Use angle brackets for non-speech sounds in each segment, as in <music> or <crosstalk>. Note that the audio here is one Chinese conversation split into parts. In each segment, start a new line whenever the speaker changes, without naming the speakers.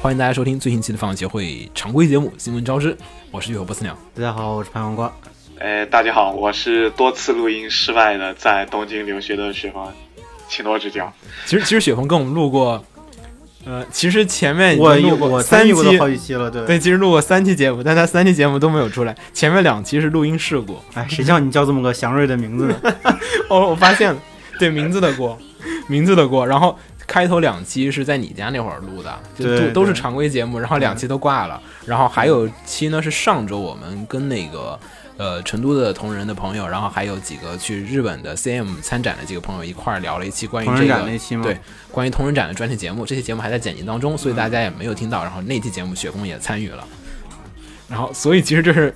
欢迎大家收听最新期的放映协会常规节目《新闻招知》，我是月火波斯鸟。
大家好，我是潘黄瓜。
哎，大家好，我是多次录音室外的，在东京留学的雪峰，请多指教。
其实其实雪峰跟我们录过，呃，其实前面已
我
经录
我
过
参
三
与过都
期
好，几期了，对。
对，其实录过三期节目，但他三期节目都没有出来，前面两期是录音事故，
哎，谁叫你叫这么个祥瑞的名字呢？
<laughs> 哦，我发现了，对名字的锅，名字的锅。然后开头两期是在你家那会儿录的，就
对
都都是
对
常规节目，然后两期都挂了。然后还有期呢是上周我们跟那个呃成都的同仁的朋友，然后还有几个去日本的 CM 参展的几个朋友一块儿聊了一期关于
同
哎这
人展
个
那嗯期吗？
对，关于同人展的专题节目，这期节目还在剪辑当中，所以大家也没有听到。然后那期节目雪峰也参与了，然后所以其实这是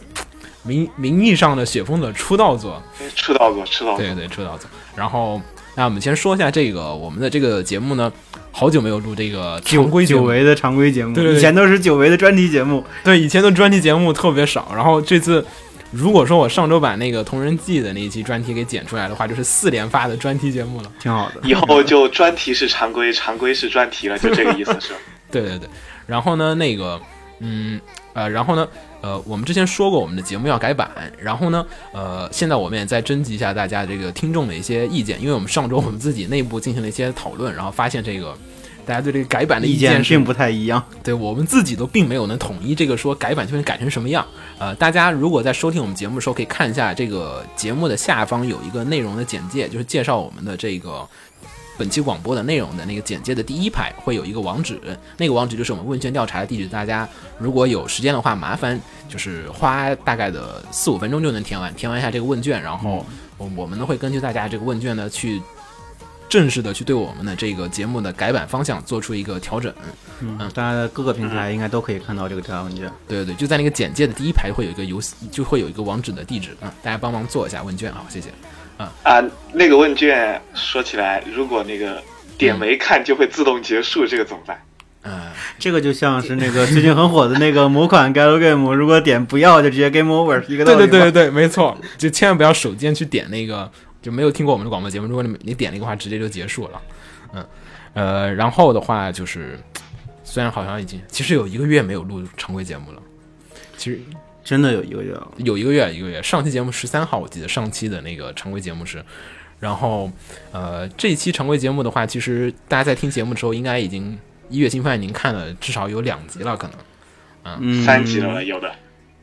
名名义上的雪峰的出道作，
吃到哎过，吃到过
对。对，出道组。然后，那我们先说一下这个我们的这个节目呢，好久没有录这个常规
久
节
久
目，
违的常规节目，
对对对
以前都是久违的专题节目。
对以前的专题节目特别少。然后这次，如果说我上周把那个《同人记》的那一期专题给剪出来的话，就是四连发的专题节目了。
挺好的。
以后就专题是常规，常规是专题了，就这个意思是吧？ <laughs>
对对对，然后呢，那个，嗯，呃，然后呢，呃，我们之前说过我们的节目要改版，然后呢，呃，现在我们也在征集一下大家这个听众的一些意见，因为我们上周我们自己内部进行了一些讨论，然后发现这个大家对这个改版的
意
见
见
是
并不太一样，
对我们自己都并没有能统一这个说改版究竟改成什么样。呃，大家如果在收听我们节目的时候，可以看一下这个节目的下方有一个内容的简介，就是介绍我们的这个本期广播的内容的那个简介的第一排会有一个网址，那个网址就是我们问卷调查的地址。大家如果有时间的话，麻烦就是花大概的四五分钟就能填完，填完一下这个问卷，然后我我们呢会根据大家这个问卷呢去。正式的去对我们的这个节目的改版方向做出一个调整，
嗯，大家的各个平台应该都可以看到这个调查问卷。
对对对，就在那个简介的第一排会有一个邮，就会有一个网址的地址啊、嗯大家帮忙做一下问卷啊，谢谢。
啊，那个问卷说起来，如果那个点没看就会自动结束，这个怎么办？
嗯，
这个就像是那个最近很火的那个某款 Gallo Game，如果点不要就直接
<laughs>
Game Over 是一个道
对
理
对
吧
对对对，没错，就千万不要手贱去点那个，就没有听过我们的广播节目，如果你你点那个话，直接就结束了。嗯，呃，然后的话就是，虽然好像已经其实有一个月没有录常规节目了，其实
真的有一个月了。
有一个月，一个月。上期节目十三号，我记得上期的那个常规节目是，然后呃，这一期常规节目的话，其实大家在听节目的时候，应该已经一月新番已经看了至少有两集了，可能
嗯，
三集了，有的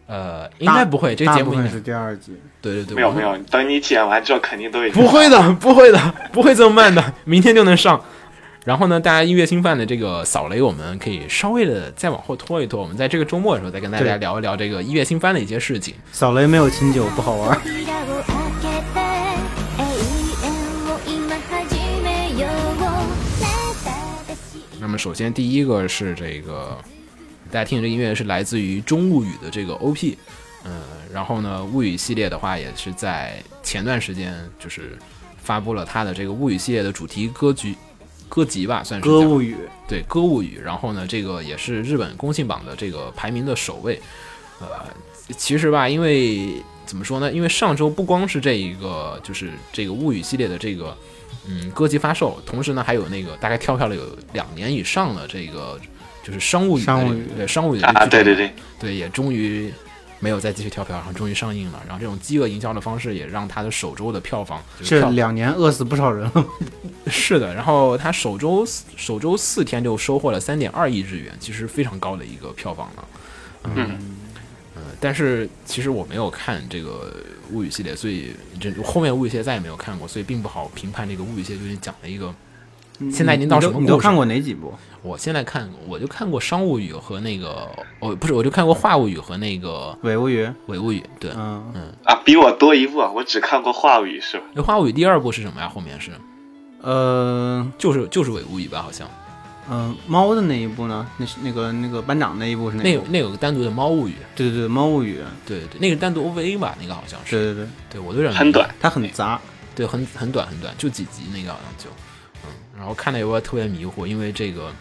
呃，应该不会，这个节目
大
应
部
该
分是第二集。
对对对，
没有
我
没有，等你剪完之后肯定都已经
不会 <laughs> 的，不会的，不会这么慢的，明天就能上。然后呢，大家音乐新犯的这个扫雷，我们可以稍微的再往后拖一拖，我们在这个周末的时候再跟大家
对
聊一聊这个音乐新番的一些事情。
扫雷没有清酒不好玩。
<laughs>
扉を開けて永遠を今始めようレターです
那么首先第一个是这个，大家听的这个音乐是来自于中物语的这个 OP，嗯，然后呢，物语系列的话也是在前段时间就是发布了它的这个物语系列的主题歌曲歌集吧，算是
歌
叫
物语，
对歌物语，然后呢，这个也是日本公信榜的这个排名的首位。呃，其实吧，因为怎么说呢？因为上周不光是这一个，就是这个物语系列的这个嗯歌集发售，同时呢，还有那个大概跳票了有两年以上的这个就是商务语的
商务
这个
语
对商务语的
啊，对对
对
对，
对，也终于没有再继续跳票，然后终于上映了。然后这种饥饿营销的方式也让它的首周的票房就是
这
票
两年饿死不少人了。
是的，然后它首周四首周四天就收获了三点二亿日元，其实非常高的一个票房了。
嗯
呃，但是其实我没有看这个物语系列，所以这后面物语系列再也没有看过，所以并不好评判这个物语系列究竟讲了一个。现在已经到
你
什
都
么
嗯你都
故事
看过哪几部？
我现在看我就看过商务语和那个哦不是，我就看过话物语和那个
伪物语，
伪物语。对，
嗯，
啊，比我多一步啊，我只看过话语是吧？
那话物语第二部是什么呀？后面是
呃，
就是就是伪物语吧，好像
嗯，猫的那一部呢？那是那个那个班长那一部是哪
那
一
有
部？
那有个单独的猫物语，
对对对，猫物语，
对对，那个单独 OVA 吧，那个好像
对
是。哦
对对，
对，我都有点
很短，
它很杂。
对，很很短很短，就几集那个好像就，嗯，然后看的有点特别迷糊，因为这个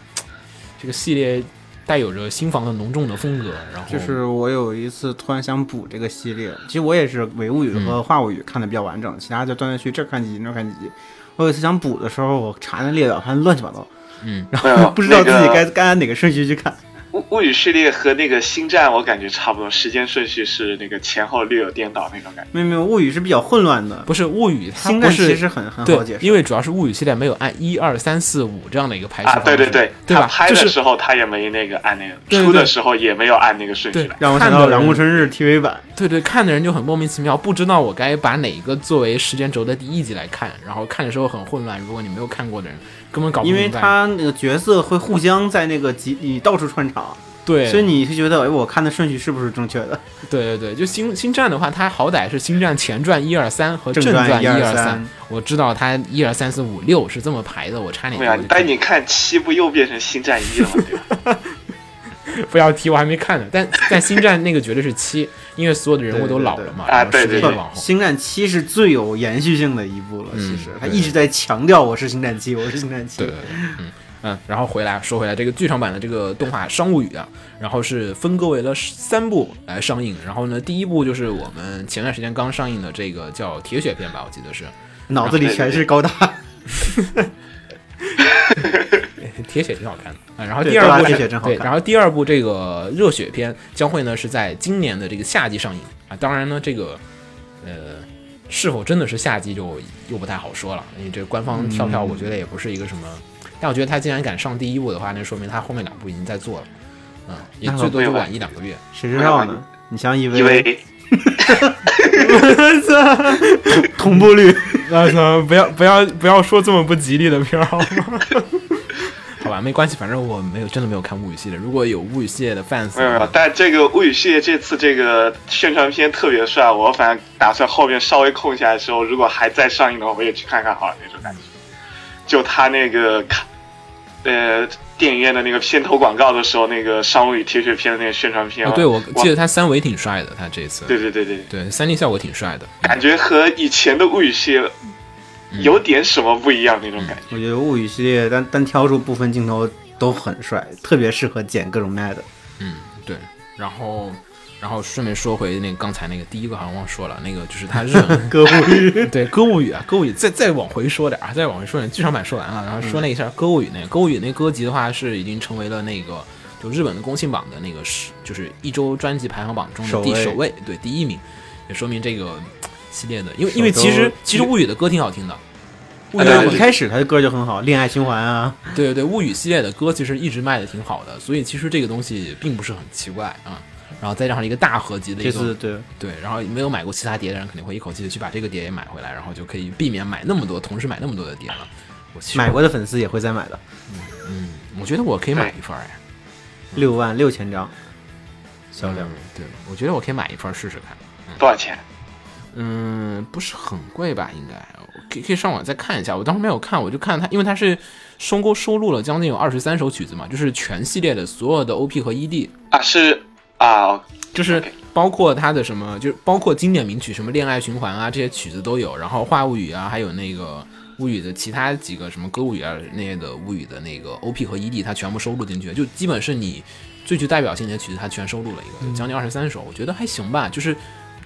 这个系列带有着新房的浓重的风格，然后
就是我有一次突然想补这个系列，其实我也是伪物
嗯
语和话物语看的比较完整，其他就断断续续这看几集那看几集。我有一次想补的时候，我查那列表，发现乱七八糟，
嗯，
然
没有
<laughs>
<laughs> 后不知道自
呃那
己
个
该该按哪个顺序去看。
物物语系列和那个星战，我感觉差不多，时间顺序是那个前后略有颠倒那种感觉。
没有没有，物语是比较混乱的，
不是物语，它
星
不
战
是
其实很很好解
对，
释，
因为主要是物语系列没有按一二三四五这样的一个排序
啊，
方式、
对对对，
对
他
吧？
拍
就
的
是
时候他也没那个按那个，
对对
出的时候也没有按那个顺序
对
来。
让我想
看
到
的
《
人
蓝光春日》TV 版。
对对，看的人就很莫名其妙，不知道我该把哪个作为时间轴的第一集来看，然后看的时候很混乱。如果你没有看过的人，根本搞不
因
明白。
为他那个角色会互相在那个集你到处串场，
对，
所以你是觉得哎，我看的顺序是不是正确的？
对对对，就星星战的话，它好歹是星战前传一二三和
正传
传一
123
三，我知道它一二三四五六是这么排的，我差点
对啊，
就
但你看七不又变成星战
<laughs>
一了嘛，对吧？
不要提，我还没看呢。但但星战那个绝对是七，因为所有的人物都老了嘛，
对对对
然后时间
啊对对
往后。
星战七是最有延续性的一部了，
嗯
其实他
对
一直在强调我是星战七，我是星战七
对，对对，嗯嗯，然后回来说回来，这个剧场版的这个动画《商务语》啊，然后是分割为了三部来上映。然后呢，第一部就是我们前段时间刚上映的这个叫《铁血篇》吧，我记得是
脑子里全是高达。
铁血挺好看的啊。然后
对
第二
高
部
达铁血真好看
对，然后第二部这个热血篇将会呢是在今年的这个夏季上映啊。当然呢，这个呃是否真的是夏季就又不太好说了，因为这官方跳票，我觉得也不是一个什么。但我觉得他既然敢上第一部的话，那说明他后面两部已经在做了，嗯，也
那
最多
没
就
有吧
晚一两个月。
谁知道呢？你想以为
因为
<laughs> 同步率
那不要不要不要说这么不吉利的片儿好吗？ <laughs> 好吧，没关系，反正我没有真的没有看物语系列。如果有物语系列的 fans，
没有没有，但这个物语系列这次这个宣传片特别帅，我反正打算后面稍微空下来之后，如果还再上映的话，我也去看看好了那种感觉。就他那个看，呃，电影院的那个片头广告的时候，那个《商务与铁血篇》的那个宣传片，
啊，对我记
得，
得他三维挺帅的，他这次
对对对对，
对三 D 效果挺帅的，嗯
感觉和以前的物语系列有点什么不一样那种感
嗯
<laughs> 我
觉。
觉得物语系列单单挑出部分镜头都很帅，特别适合剪各种 mad。
嗯，对。然后，然后顺便说回那个刚才那个第一个好像忘说了，那个就是他日本
歌舞 <laughs> 剧
对歌物语啊，歌物语再再往回说点儿啊，再往回说点儿，剧场版说完了，然后说那一下歌物语那个歌物语那歌集的话是已经成为了那个就日本的公信榜的那个是就是一周专辑排行榜中的第首
首
位，对第一名，也说明这个系列的，因为因为其实其实物语的歌挺好听的，物语
对
的
对
一开始他的歌就很好，《恋爱循环》啊，
<laughs> 对对对，物语系列的歌其实一直卖的挺好的，所以其实这个东西并不是很奇怪啊。然后再加上一个大合集的一
这次
个，
对
对，然后没有买过其他碟的人肯定会一口气的去把这个碟也买回来，然后就可以避免买那么多，同时买那么多的碟了。我其实
买，过的粉丝也会再买的，
嗯，我觉得我可以买一份儿哎，
六万六千张销量
嗯。对，我觉得我可以买一份儿试试看。
多少钱？
嗯，不是很贵吧？应该我可以可以上网再看一下。我当时没有看，我就看它，因为它是收购收录了将近有二十三首曲子嘛，就是全系列的所有的 OP 和 E ED，
啊，是啊，
就是
OK
包括他的什么，就是包括经典名曲，什么《恋爱循环》啊，这些曲子都有。然后《话物语》啊，还有那个物语的其他几个什么歌物语啊，那个物语的那个 OP 和 ED，它全部收录进去，就基本是你最具代表性的曲子，它全收录了一个，将近二十三首，我觉得还行吧。就是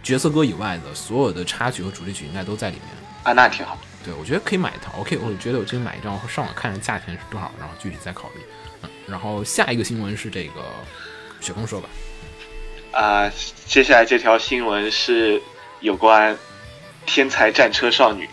角色歌以外的所有的插曲和主题曲应该都在里面。
啊，那挺好。
对，我觉得可以买一套。OK，我觉得我先买一张，我上网看看价钱是多少，然后具体再考虑。嗯，然后下一个新闻是这个雪峰说吧。
啊、接下来这条新闻是有关天才战车少女。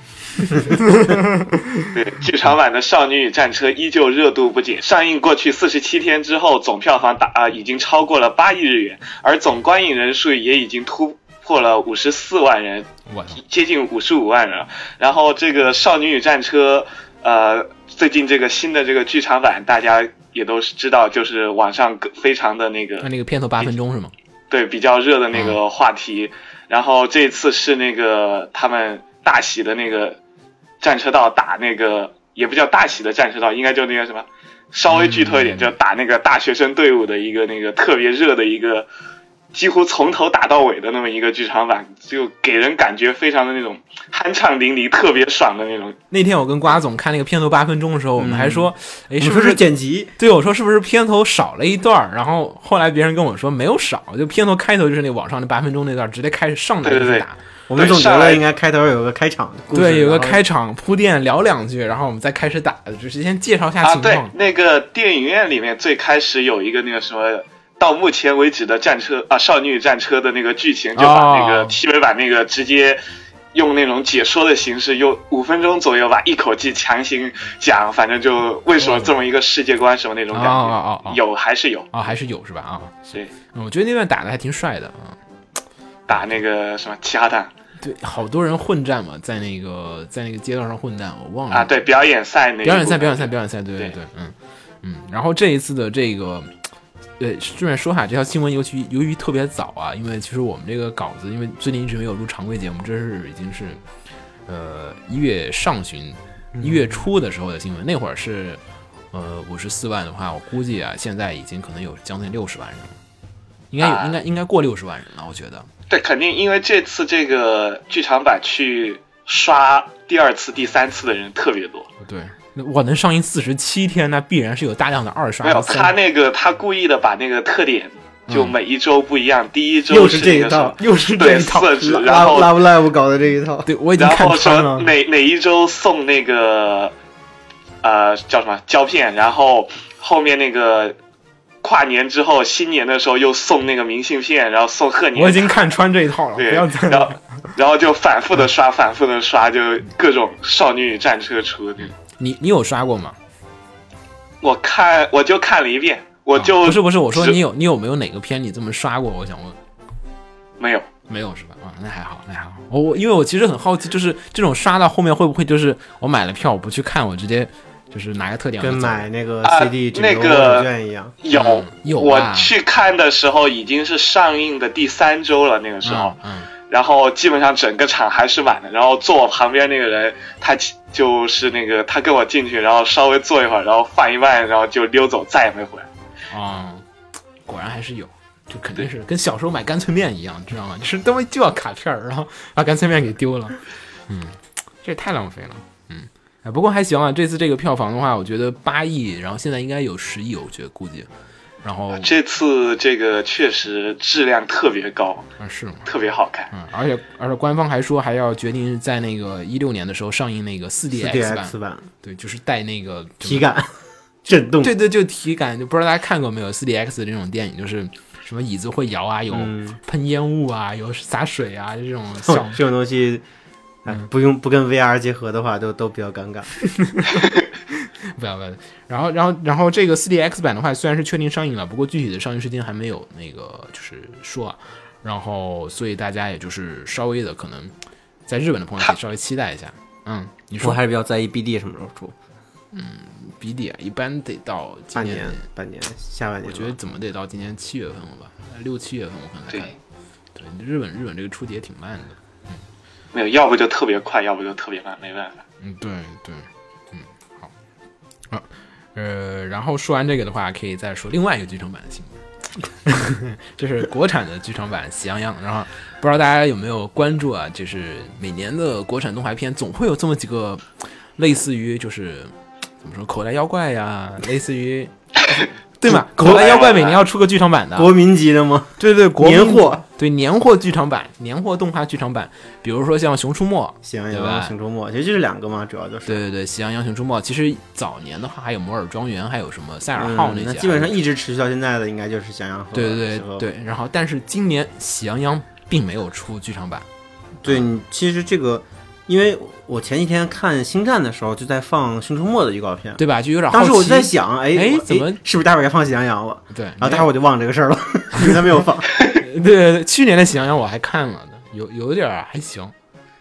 对，剧场版的《少女与战车》依旧热度不减，上映过去四十七天之后，总票房达啊、已经超过了八亿日元，而总观影人数也已经突破了五十四万人，
我操，
接近五十五万人。然后这个《少女与战车》，呃，最近这个新的这个剧场版，大家也都是知道，就是网上各非常的那个
那那个片头八分钟是吗？
对比较热的那个话题。然后这次是那个他们大喜的那个战车道打那个，也不叫大喜的战车道，应该就那个什么，稍微剧透一点，
嗯
就打那个大学生队伍的一个那个特别热的一个几乎从头打到尾的那么一个剧场版，就给人感觉非常的那种酣畅淋漓、特别爽的那种。
那天我跟瓜总看那个片头八分钟的时候，我们还说，哎、
你
是
说
不
是
是
剪辑？
对我说是不是片头少了一段儿？然后后来别人跟我说没有少，就片头开头就是那网上那八分钟那段儿，直接开始上来就
对对
是
对
打。
我们
对
总觉
上来
得应该开头有个开场的故事，
有个
然后
开场铺垫聊两句，然后我们再开始打，就是先介绍一下
啊，
情
对
况。，
那个电影院里面最开始有一个那个什么，到目前为止的战车啊，少女战车的那个剧情，就把那个
哦
TV 版那个直接用那种解说的形式，用五分钟左右吧，一口气强行讲，反正就为什么这么一个世界观什么那种感觉，
哦哦哦哦
有还是有，
啊、还是有是吧？啊、
对，
嗯我觉得那段打的还挺帅的啊、
打那个什么其他啊蛋
对，好多人混战嘛，在那个在那个街道上混战，我忘了
啊，对，表演赛那一
嗯表演赛，
部分
表演赛，表演赛，对对
对
对，嗯嗯。然后这一次的这个，呃，顺便说哈，这条新闻尤其由于特别早啊，因为其实我们这个稿子，因为最近一直没有录常规节目，这是已经是呃一月上旬、一
嗯
月初的时候的新闻，那会儿是呃五十四万的话，我估计啊，现在已经可能有将近六十万人了。应该有，
啊哦
应该应该过六十万人了，我觉得。
对，肯定，因为这次这个剧场版去刷第二次、第三次的人特别多。
对，那我能上映四十七天，那必然是有大量的二刷
没有，
和三
他那个他故意的把那个特点就
嗯
每一周不一样，第一周
又是这
那
一
个什
套
么，，
又是这
对
一套
色质然后
Love Love Live 搞的这一套，
对我已经
然
看
后
穿
说
了。
哪哪一周送那个呃叫什么胶片，然后后面那个。跨年之后，新年的时候又送那个明信片，然后送贺年卡，
我已经看穿这一套了，
对，
不要
然
再
后然后就反复的刷， <laughs> 反复的刷，就各种少女战车出。
你你有刷过吗？
我看我就看了一遍，我就、
啊哦不是不是，我说
只
你有你有没有哪个片你这么刷过？我想问，
没有，
没有是吧？啊，那还好，那还好。我我因为我其实很好奇，就是这种刷到后面会不会就是我买了票我不去看，我直接就是拿个特点
跟
我就走
买那个
啊
CD 只
那
留
个
问卷一样。
有、
嗯有吧
我去看的时候已经是上映的第三周了，那个时候，
嗯嗯
然后基本上整个场还是满的。然后坐我旁边那个人，他其就是那个他跟我进去，然后稍微坐一会儿，然后放一半，然后就溜走，再也没回来。
啊、果然还是有，就肯定是跟小时候买干脆面一样，知道吗？就是他妈就要卡片儿，然后把干脆面给丢了，嗯，这也太浪费了，嗯，哎，不过还行啊，这次这个票房的话，我觉得八亿，然后现在应该有十亿，我觉得估计，然后
这次这个确实质量特别高，
啊是吗？
特别好看。
嗯，而且而且官方还说还要决定在那个一六年的时候上映那个四 DX 版，
4DX 版
对，就是带那个整个
体感震动，
对对，就体感，就不知道大家看过没有？4DX 这种电影，就是什么椅子会摇啊，有
嗯
喷烟雾啊，有洒水啊，这种
这
项
种
目。
哦这种东西，哎，
嗯
不用不跟 VR 结合的话，都都比较尴尬。
不要不要。然后然后然后这个 4DX 版的话，虽然是确定上映了，不过具体的上映时间还没有那个就是说啊。然后所以大家也就是稍微的可能在日本的朋友可以稍微期待一下。嗯，你
我
说
还是比较在意 BD 什么时候出，
比点一般得到今
半
年
年，半年，下半年
我
吧。
觉得怎么得到今年七月份了吧，六七月份我可能
对
看。对，日本日本这个出的也挺慢的。
没有，要不就特别快，要不就特别慢，没办法。
嗯，对对，嗯，好，啊，呃，然后说完这个的话，可以再说另外一个剧场版的新闻， <laughs> 这是国产的剧场版《喜羊羊》。然后不知道大家有没有关注啊？就是每年的国产动画片总会有这么几个，类似于就是怎么说口袋妖怪呀、类似 <laughs> 于。对嘛？口袋妖怪每年要出个剧场版的，
国民级的吗？
对对，国民
年货，
对年货剧场版、年货动画剧场版，比如说像《熊出没》，
喜羊
对吧
羊、熊出没，其实就是两个嘛，主要就是。
对对对，《喜羊羊熊出没》其实早年的话还有《摩尔庄园》，还有什么塞尔
嗯
号那些啊、
那基本上一直持续到现在的，应该就是喜羊羊和
对对
和
对对。然后，但是今年《喜羊羊》并没有出剧场版，
对你其实这个，因为我前几天看《星战》的时候就在放《熊出没》的预告片，
对吧？就有点好
当
奇。
时我就在想，哎
哎
我
怎么哎
是不是待会儿该放喜羊羊了？
对，
然后待
没
会儿我就忘了这个事儿了，因为他没有
嗯
放。
<laughs> 对对对，去年的《喜羊羊》我还看了呢，有有点儿还行。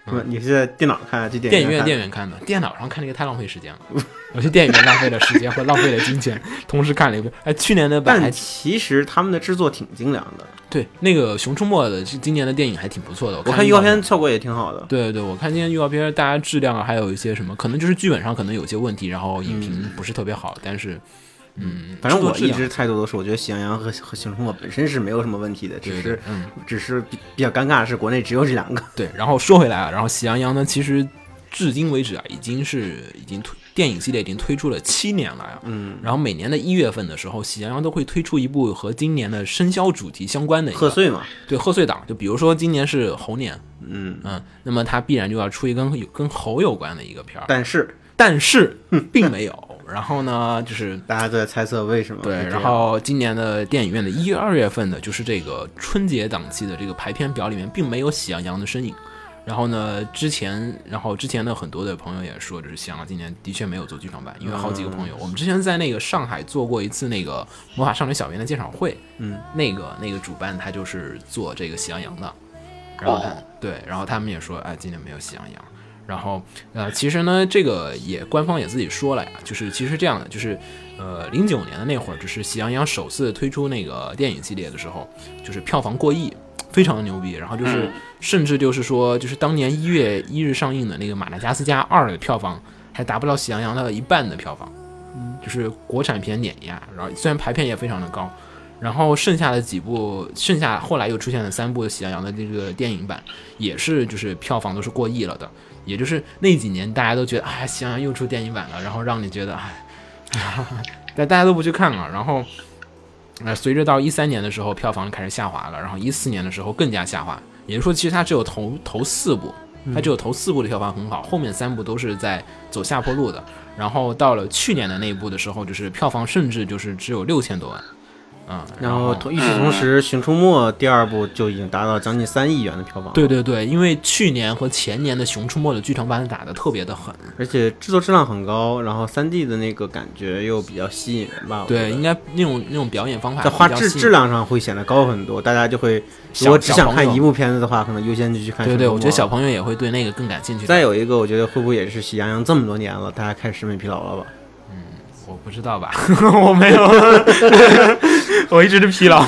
什么？你是在电脑看，还啊是去
电
电
影院
看
电影院看的，电脑上看那个太浪费时间了。 <laughs> 我去电影院浪费了时间和浪费了金钱，同时看了一遍。哎，去年的版还
但其实他们的制作挺精良的，
对那个《熊出没》的，今年的电影还挺不错的。我
我
看
看预告片效果也挺好的。
对对，我看今天预告片，大家质量啊还有一些什么，可能就是剧本上可能有些问题，然后影评不是特别好，但是嗯，
嗯反正我
制作
一
质量
直态度都是，我觉得《喜羊羊》和和《熊出没》本身是没有什么问题的，只
对
是
对嗯
只是比比较尴尬的是，国内只有这两个。
对。然后说回来啊，然后《喜羊羊》呢，其实至今为止啊，已经是已经推电影系列已经推出了七年了呀。
嗯，
然后每年的一月份的时候，喜羊羊都会推出一部和今年的生肖主题相关的一个
贺岁嘛，
对贺岁档，就比如说今年是猴年，
嗯，
嗯，那么它必然就要出一个跟有跟猴有关的一个片儿，
但是
但是
嗯
并没有。然后呢，
<laughs>
就是
大家都在猜测为什么会
对
这，样。
然后今年的电影院的一、二月份的，就是这个春节档期的这个排片表里面，并没有《喜羊羊》的身影。然后呢，之前，然后之前的很多的朋友也说，就是《喜羊羊》今年的确没有做剧场版，因为好几个
嗯
朋友，我们之前在那个上海做过一次那个《魔法少女小圆》的鉴赏会，
嗯，
那个那个主办他就是做这个《喜羊羊》的，然后他、
哦
对，然后他们也说，哎，今年没有《喜羊羊》。然后，呃，其实呢，这个也官方也自己说了呀，就是其实是这样的，就是，呃，零九年的那会儿，就是《喜羊羊》首次推出那个电影系列的时候，就是票房过亿，非常牛逼。然后就是
嗯，
甚至就是说，就是当年一月一日上映的那个《马达加斯加二》的票房还达不到《喜羊羊》的一半的票房，就是国产片碾压。然后虽然排片也非常的高，然后剩下的几部，剩下后来又出现了三部《喜羊羊》的这个电影版，也是就是票房都是过亿了的。也就是那几年大家都觉得，哎，《喜羊羊》又出电影版了，然后让你觉得，哎， <laughs> 但大家都不去看了。然后，呃，随着到一三年的时候，票房开始下滑了，然后一四年的时候更加下滑。也就是说，其实它只有头头四部，
嗯
它只有头四部的票房很好，后面三部都是在走下坡路的。然后到了去年的那一部的时候，就是票房甚至就是只有六千多万，嗯，
然后同与此同时，《熊出没》第二部就已经达到将近三亿元的票房。
对，对对，因为去年和前年的《熊出没》的剧场版打得特别的狠，
而且制作质量很高，然后三 D 的那个感觉又比较吸引人吧。我觉
对，
得
应该那种那种表演方法
在画
比较
质
新
质量上会显得高很多，大家就会
小
如果只
小
想
朋
看
友
一部片子的话，可能优先就去看。
对对，我觉得小。朋友也会对那个更感兴趣。
再有一个，我觉得会不会也是《喜羊羊》这么多年了，大家开始审美疲劳了吧？
<laughs> 我不知道吧， <laughs> 我没有，我一直是疲劳。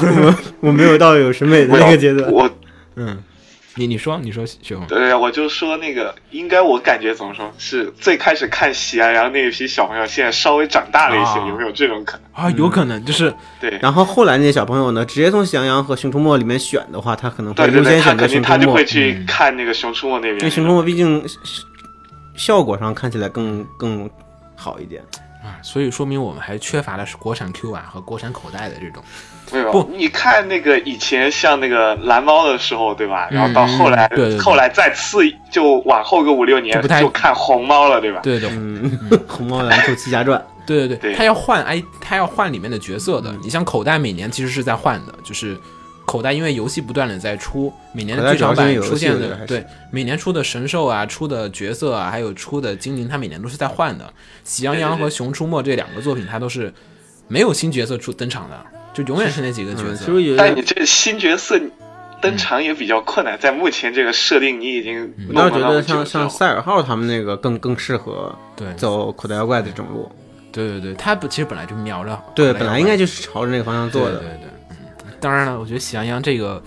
我没有到有审美的那个阶段。
我
嗯，
<laughs> 你你说你说雪红，
对，我就说那个，应该我感觉怎么说，是最开始看《喜羊羊》那一批小朋友，现在稍微长大了一些，
啊
有没有这种可能？
啊，有可能就是
<laughs> 对，
然后后来那些小朋友呢，直接从《喜羊羊》和《熊出没》里面选的话，他可能会
对对
优
对，
先
他
选择
肯
《熊出
定
没
他》，就会
嗯
去看那个《熊出没》那边
因为《熊出没》毕竟效果上看起来更更好一点。
啊，所以说明我们还缺乏的是国产 Q 啊和国产口袋的这种。
没有，
不
你看那个以前像那个蓝猫的时候，对吧？
嗯
然后到后来，
对对对
后来再次就往后个五六
就
年
不太
就看红猫了，对吧？
对对
嗯， <laughs> 红猫蓝兔七侠传》
对对对，
对
他要换哎，他要换里面的角色的。
嗯
你像口袋每年其实是在换的，就是口袋因为游戏不断的在出，每年的剧场版出现
口袋主要是因为游戏我觉得还
的
是
对每年出的神兽啊、出的角色啊，还有出的精灵，它每年都是在换的。喜羊羊
对对对
和熊出没这两个作品，它都是没有新角色出登场的，就永远是那几个角
嗯，
色。
其实有
但你这新角色登场也比较困难，在目前这个设定，你已经
嗯我
弄
倒
不
是觉
到那
得
么久
像像
了
赛尔号他们那个更更适合
对
走口袋妖怪这种路。
对对对，它不其实本来就瞄着
对，
口袋
本来
要
应该
换
就是朝着那个方向做的
对。对对，嗯当然了，我觉得喜羊羊这个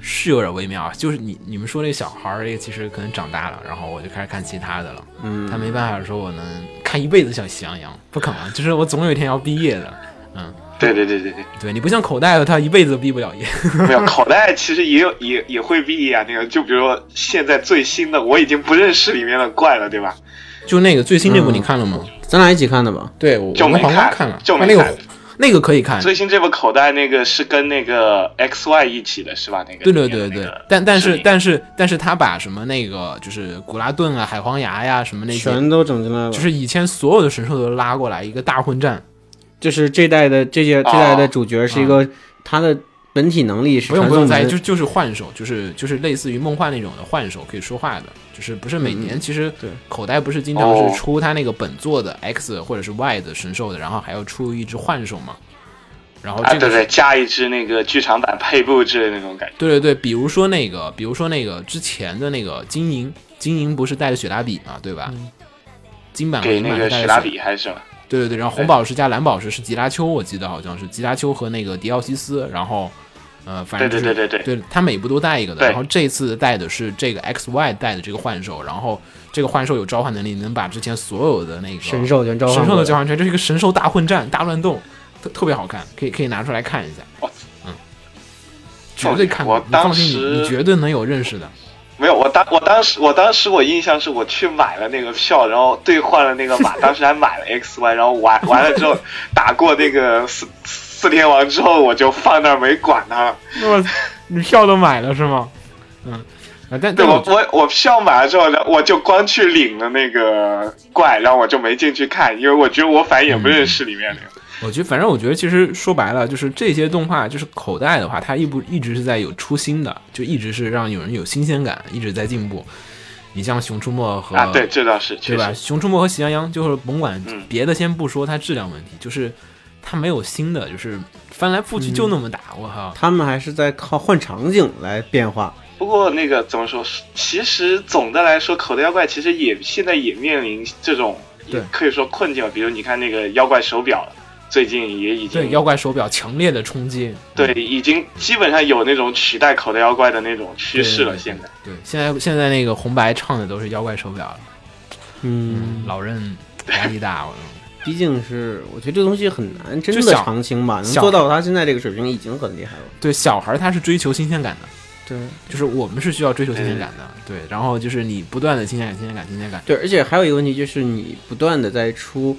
是有点微妙，啊，就是你你们说那小孩儿，这个其实可能长大了，然后我就开始看其他的了。
嗯，
他没办法说我能看一辈子小喜羊羊，不可能，就是我总有一天要毕业的。 <laughs> 嗯，
对对对对对，
对你不像口袋的，他一辈子毕不了业。
没有口袋其实也有也也会毕业啊。那个就比如说现在最新的，我已经不认识里面的怪了，对吧？
就那个最新这部你看了吗？
咱俩一起看的吧。
嗯对，我我
就
跟
没
黄瓜
看
看了，
就
他
没
那个
看
那个可以看。
最新这部口袋那个是跟那个 X Y 一起的是吧？那个
对对
里面
对
的
对
那个，
但但
视
是
频
但是但是他把什么那个就是古拉顿啊、海皇牙呀、什么那些，
全都整进来了，
就是以前所有的神兽都拉过来一个大混战，
就是这代的这届这
哦
代的主角是一个，他的本体能力是
啊不用
传
不用
送
在意，
门
就，就是幻兽，就是就是类似于梦幻那种的幻兽，可以说话的，就是不是每年、其实
对
口袋不是经常
嗯哦
是出他那个本作的 X 或者是 Y 的神兽的，然后还要出一只幻兽嘛，然后
啊，
这个
对
是、
对，加一只那个剧场版配布之类的那种感觉。
对对对，比如说那个，比如说那个之前的那个金银，金银不是带着雪拉比嘛，对吧？金版和
嗯给
银
那
版啊是
个
带
史
着
拉
雪，
比还是什么？
对对对，然后红
对
宝石加蓝宝石是吉拉丘，我记得好像是吉拉丘和那个迪奥西斯，然后呃，反
对
正就
对
是
对对对，
对他每部都带一个的，
对
然后这次带的是这个 X Y 带的这个幻兽，然后这个幻兽有召唤能力，能把之前所有的那个
神兽全召唤
神兽
过
都
来
召唤出来，这是一个神兽大混战、大乱斗。特特别好看，可以可以拿出来看一下
我。
嗯，绝对看过，
哦我
你
当
放心，
时
你你绝对能有认识的。
没有，我当我当时我当时我印象是我去买了那个票，然后兑换了那个码，当时还买了
<laughs>
X Y，然后玩完了之后打过那个四四天王之后，我就放那儿没管它了。
我，你票都买了是吗？嗯，啊，但
对
但
我
我
我我票买了之后，然后我就光去领了那个怪，然后我就没进去看，因为我觉得我反正也不认识里面的人。
我觉得，反正我觉得，其实说白了，就是这些动画，就是口袋的话，它一不一直是在有出新的，就一直是让有人有新鲜感，一直在进步。你像《熊出没》和
啊，对，这倒是，
对
确
吧？
实
《熊出没》和《喜羊羊》就是甭管
嗯
别的先不说，它质量问题，就是它没有新的，就是翻来覆去就那么打，我靠！
他们还是在靠换场景来变化。
不过那个怎么说？其实总的来说，口袋妖怪其实也现在也面临这种，
对
也可以说困境。啊比如你看那个妖怪手表，最近也已
对
经
妖怪手表强烈的冲击，嗯
对已经基本上有那种取代口袋妖怪的那种趋势了。
对
现在
对，现在现在那个红白唱的都是妖怪手表了，
嗯，
老任压力大，我
毕竟是我觉得这东西很难真
就
的
想
长青吧，能
想
做到他现在这个水平已经很厉害了。
对小孩儿他是追求新鲜感的。
对
就是我们是需要追求新鲜感的，
嗯
对。然后就是你不断的新鲜感、新鲜感、新鲜感，
对，而且还有一个问题就是，你不断的在出，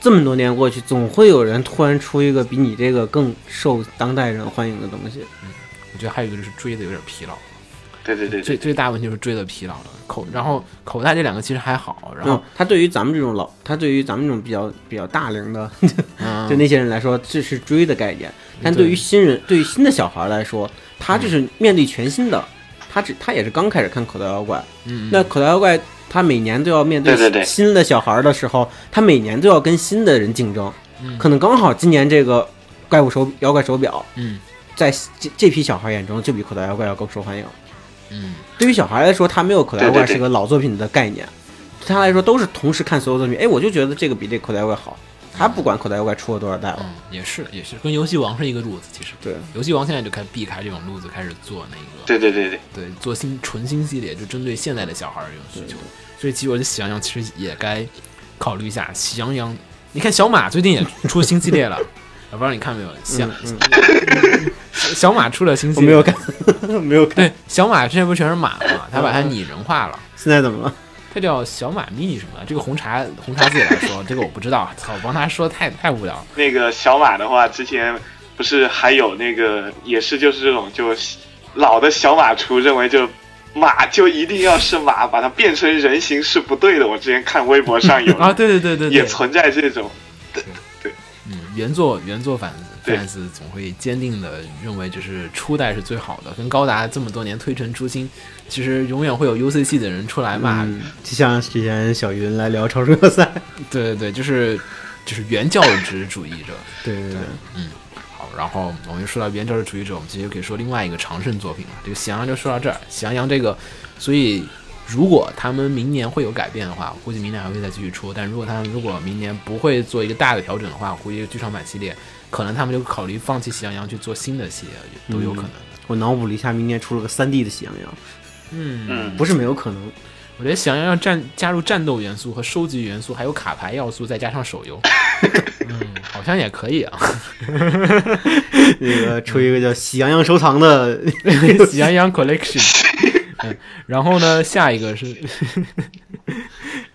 这么多年过去，总会有人突然出一个比你这个更受当代人欢迎的东西。
我觉得还有一个就是追的有点疲劳，
对对对
最
对，
最大问题就是追的疲劳了。口，然后口袋这两个其实还好，然
嗯
后，
他对于咱们这种老，他对于咱们这种比较比较大龄的，
嗯，
就那些人来说，这是追的概念。但对于新人，对于新的小孩来说，他这是面对全新的，他只他也是刚开始看口袋妖怪。
嗯，
那口袋妖怪，他每年都要面
对对对
新的小孩的时候，他每年都要跟新的人竞争。
嗯
可能刚好今年这个怪物手妖怪手表，
嗯
在这这批小孩眼中就比口袋妖怪要更受欢迎。
嗯
对于小孩来说，他没有口袋妖怪
对对对
是个老作品的概念，对他来说都是同时看所有作品。哎，我就觉得这个比这口袋妖怪好，他不管口袋妖怪出了多少代了。
嗯，也是也是，跟游戏王是一个路子。其实
对，
游戏王现在就开始避开这种路子，开始做那个
对对对对，
对做新纯新系列，就针对现在的小孩儿有需求。所以其实我觉得喜羊羊其实也该考虑一下。喜羊羊，你看小马最近也出新系 <laughs> 列了，我不知道你看没有？小、嗯 <laughs> 小马出了新系
我
列，
没有看，没有看。
<laughs>
<laughs>
对，小马之前不是全是马 <laughs> 嘛，他把它拟人化了，
现在怎么了？
它叫小马 mini 什么的。这个红茶红茶自己来说，这个我不知道，操，我帮他说太太无聊了。
那个小马的话，之前不是还有那个也是就是这种就老的小马厨认为就。马就一定要是马，把它变成人形是不对的。我之前看微博上
<laughs>
有
啊，对对对对
也
对，
存在这种，
嗯，原作原作反
对
fans 总会坚定的认为，就是初代是最好的，跟高达这么多年推陈出新，其实永远会有 UCC 的人出来骂，
嗯，就像之前小云来聊超声热赛，
对对对，就是就是原教旨主义者。
对对对，
好，然后我们就说到原教旨主义者，我们其实就可以说另外一个长盛作品了。这个《喜羊羊》就说到这儿，《喜羊羊》这个，所以如果他们明年会有改变的话，我估计明年还会再继续出。但如果他们如果明年不会做一个大的调整的话，我估计剧场版系列可能他们就考虑放弃《喜羊羊》去做新的系列，都有可能。
我脑补了一下，明年出了个三 D 的喜羊羊，
嗯，
嗯，
不是没有可能。
我觉得《喜羊羊》要战加入战斗元素和收集元素，还有卡牌要素，再加上手游，嗯，好像也可以啊。
那个出一个叫《喜羊羊收藏》的，
喜羊羊 Collection。嗯，然后呢，下一个是， <laughs>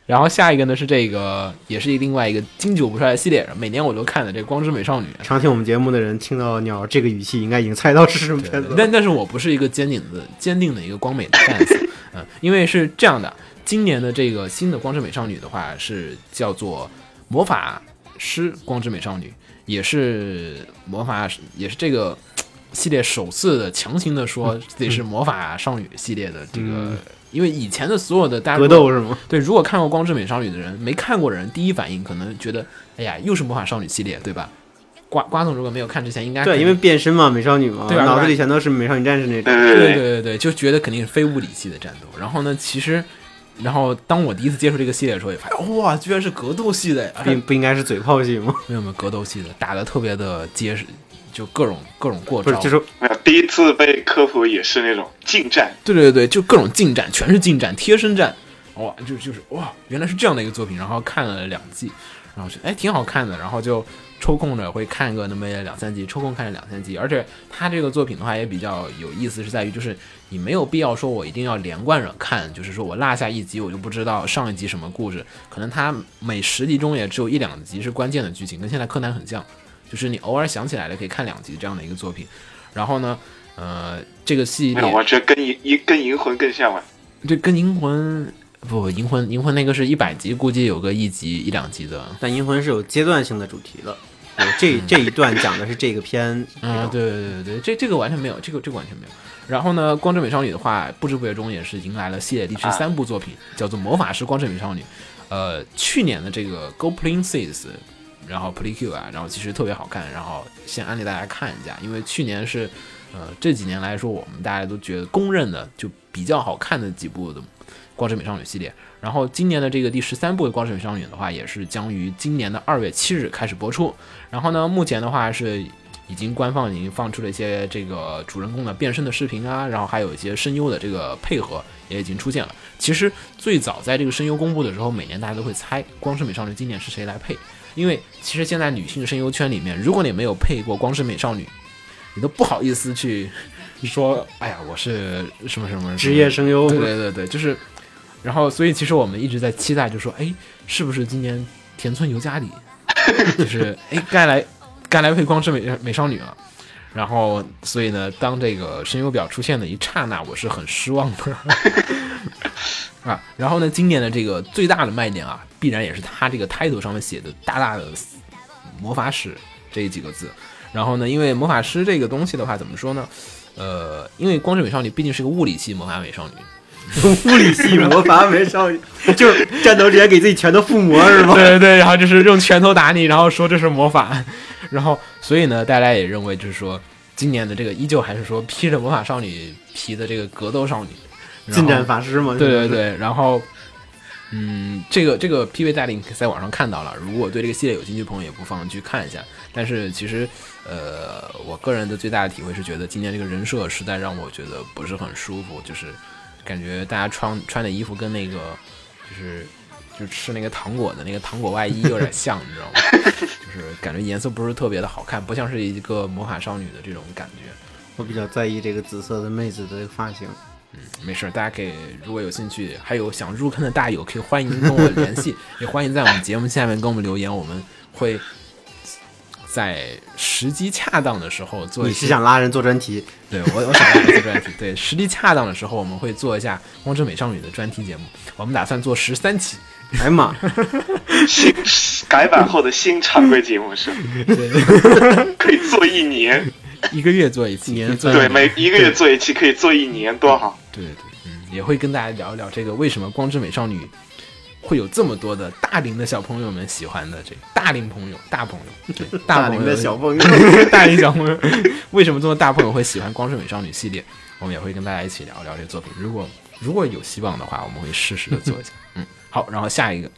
然后下一个呢是这个，也是另外一个经久不衰的系列，每年我都看的这《光之美少女》
常听我们节目的人听到鸟儿这个语气，应该已经猜到是什么片子了。
但但是我不是一个坚定的坚定的一个光美的 fans，嗯，因为是这样的，今年的这个新的光之美少女的话是叫做魔法师光之美少女，也是魔法也是这个系列首次的强行的说
嗯
自己是魔法少女系列的这个，因为以前的所有的大家
格
如果
斗是吗？
对，如果看过《光之美少女》的人，没看过的人，第一反应可能觉得，哎呀，又是魔法少女系列，对吧？瓜瓜总如果没有看之前，应该可
对，
能
因为变身嘛，美少女嘛，
对吧啊
脑子里全都是美少女战士那种。
对对
对对对，就觉得肯定是非物理系的战斗。然后呢，其实，然后当我第一次接触这个系列的时候，也发现哇，居然是格斗系的呀！哎
<laughs> 并不应该是嘴炮戏吗？
没有没有格斗系的，打的特别的结实，就各种各种过
不
招
是，，就是
没有，呃第一次被科普也是那种近战，
对对对，就各种近战，全是近战，贴身战。哇，就就是哇，原来是这样的一个作品。然后看了两季，然后是哎挺好看的，然后就抽空着会看个那么两三集，抽空看两三集。而且他这个作品的话也比较有意思，是在于就是你没有必要说我一定要连贯着看，就是说我落下一集我就不知道上一集什么故事，可能他每十集中也只有一两集是关键的剧情，跟现在柯南很像，就是你偶尔想起来了可以看两集这样的一个作品。然后呢，呃，这个系
没
列
有，啊我觉得跟银银跟银魂更像吧。
这跟银魂不银魂银魂那个是一百集，估计有个一集一两集的。
但《银魂》是有阶段性的主题的，有这这一段讲的是这个片，
啊、嗯对对对对，这这个完全没有，这个这个完全没有。然后呢，《光之美少女》的话，不知不觉中也是迎来了系列第十三部作品，叫做《魔法师光之美少女》。呃，去年的这个 Go Playing Sis，然后 Play Q 啊，然后其实特别好看，然后先安利大家看一下，因为去年是呃这几年来说，我们大家都觉得公认的就比较好看的几部的《光之美少女》系列。然后今年的这个第十三部的《光之美少女》的话，也是将于今年的二月七日开始播出。然后呢，目前的话是已经官方已经放出了一些这个主人公的变身的视频啊，然后还有一些声优的这个配合也已经出现了。其实最早在这个声优公布的时候，每年大家都会猜《光之美少女》今年是谁来配，因为其实现在女性声优圈里面，如果你没有配过《光之美少女》，你都不好意思去说，哎呀，我是什么什么什么
职业声优
对对对对，就是，然后所以其实我们一直在期待，就说，哎，是不是今年田村由佳里，就是哎该来该来配光之美美少女了。然后，所以呢，当这个声优表出现的一刹那，我是很失望的。 <laughs> 啊，然后呢，今年的这个最大的卖点啊，必然也是他这个 title 上面写的大大的魔法使这几个字。然后呢，因为魔法师这个东西的话，怎么说呢？呃，因为光之美少女毕竟是个物理系魔法美少女，
物理系魔法美少女，就是战斗之前给自己拳头附魔是吗？
对
<laughs>
对对，然后就是用拳头打你，然后说这是魔法，然后所以呢，大家也认为就是说，今年的这个依旧还是说披着魔法少女皮的这个格斗少女，然后
近战法师嘛，
对对，对，然后，嗯，这个这个 PV 代理你可以在网上看到了，如果对这个系列有兴趣的朋友，也不妨去看一下。但是其实，呃，我个人的最大的体会是觉得今年这个人设实在让我觉得不是很舒服，就是感觉大家穿穿的衣服跟那个就是。就吃那个糖果的那个糖果外衣有点像，你知道吗？就是感觉颜色不是特别的好看，不像是一个魔法少女的这种感觉。
我比较在意这个紫色的妹子的发型。
没事儿，大家可以如果有兴趣，还有想入坑的大友，可以欢迎跟我联系，也欢迎在我们节目下面跟我们留言，我们会在时机恰当的时候做一
你是
些。
想拉人做专题？
对我，我想要一个专题。对，时机恰当的时候，我们会做一下《光之美少女》的专题节目，我们打算做十三期。
哎
<laughs>
呀妈，
新改版后的新常规节
<laughs>
目是
对，
可以做一年，
一个月做一
<laughs>
期，
年
一个做一
对，
期
每一个月做一期，可以做一年，多好！
对对对，嗯，也会跟大家聊一聊这个为什么《光之美少女》会有这么多的大龄的小朋友们喜欢的这个大龄朋友、大朋友，对，大朋
龄
友
的小朋友，
<laughs> 大龄小朋友，为什么这么大朋友会喜欢《光之美少女》系列？我们也会跟大家一起聊聊这个作品。如果如果有希望的话，我们会适时的做一下。嗯，好，然后下一个，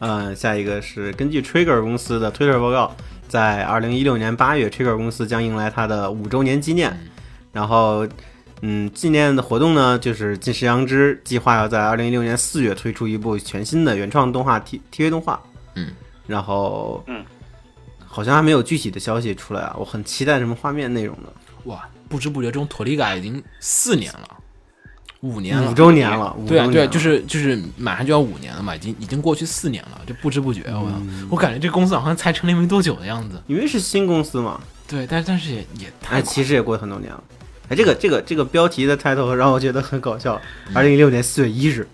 嗯，下一个是根据 Trigger 公司的推特报告，在二零一六年八月，Trigger 公司将迎来它的五周年纪念。然后，嗯，纪念的活动呢，就是近视阳之计划要在二零一六年四月推出一部全新的原创动画 T TV 动画。
嗯，
然后，
嗯，
好像还没有具体的消息出来啊，我很期待什么画面内容的。
哇，不知不觉中，托利嘎已经四年了，五年了，
五周年了，五周
对啊，
年
对啊，
了
就是就是马上就要五年了嘛，已经已经过去四年了，就不知不觉，我、我感觉这公司好像才成立没多久的样子。
因为是新公司嘛，
对，但但是也也太
哎，
快
其实也过了很多年了。哎，这个这个这个标题的 title 让我觉得很搞笑。
嗯
二零一六年四月一日，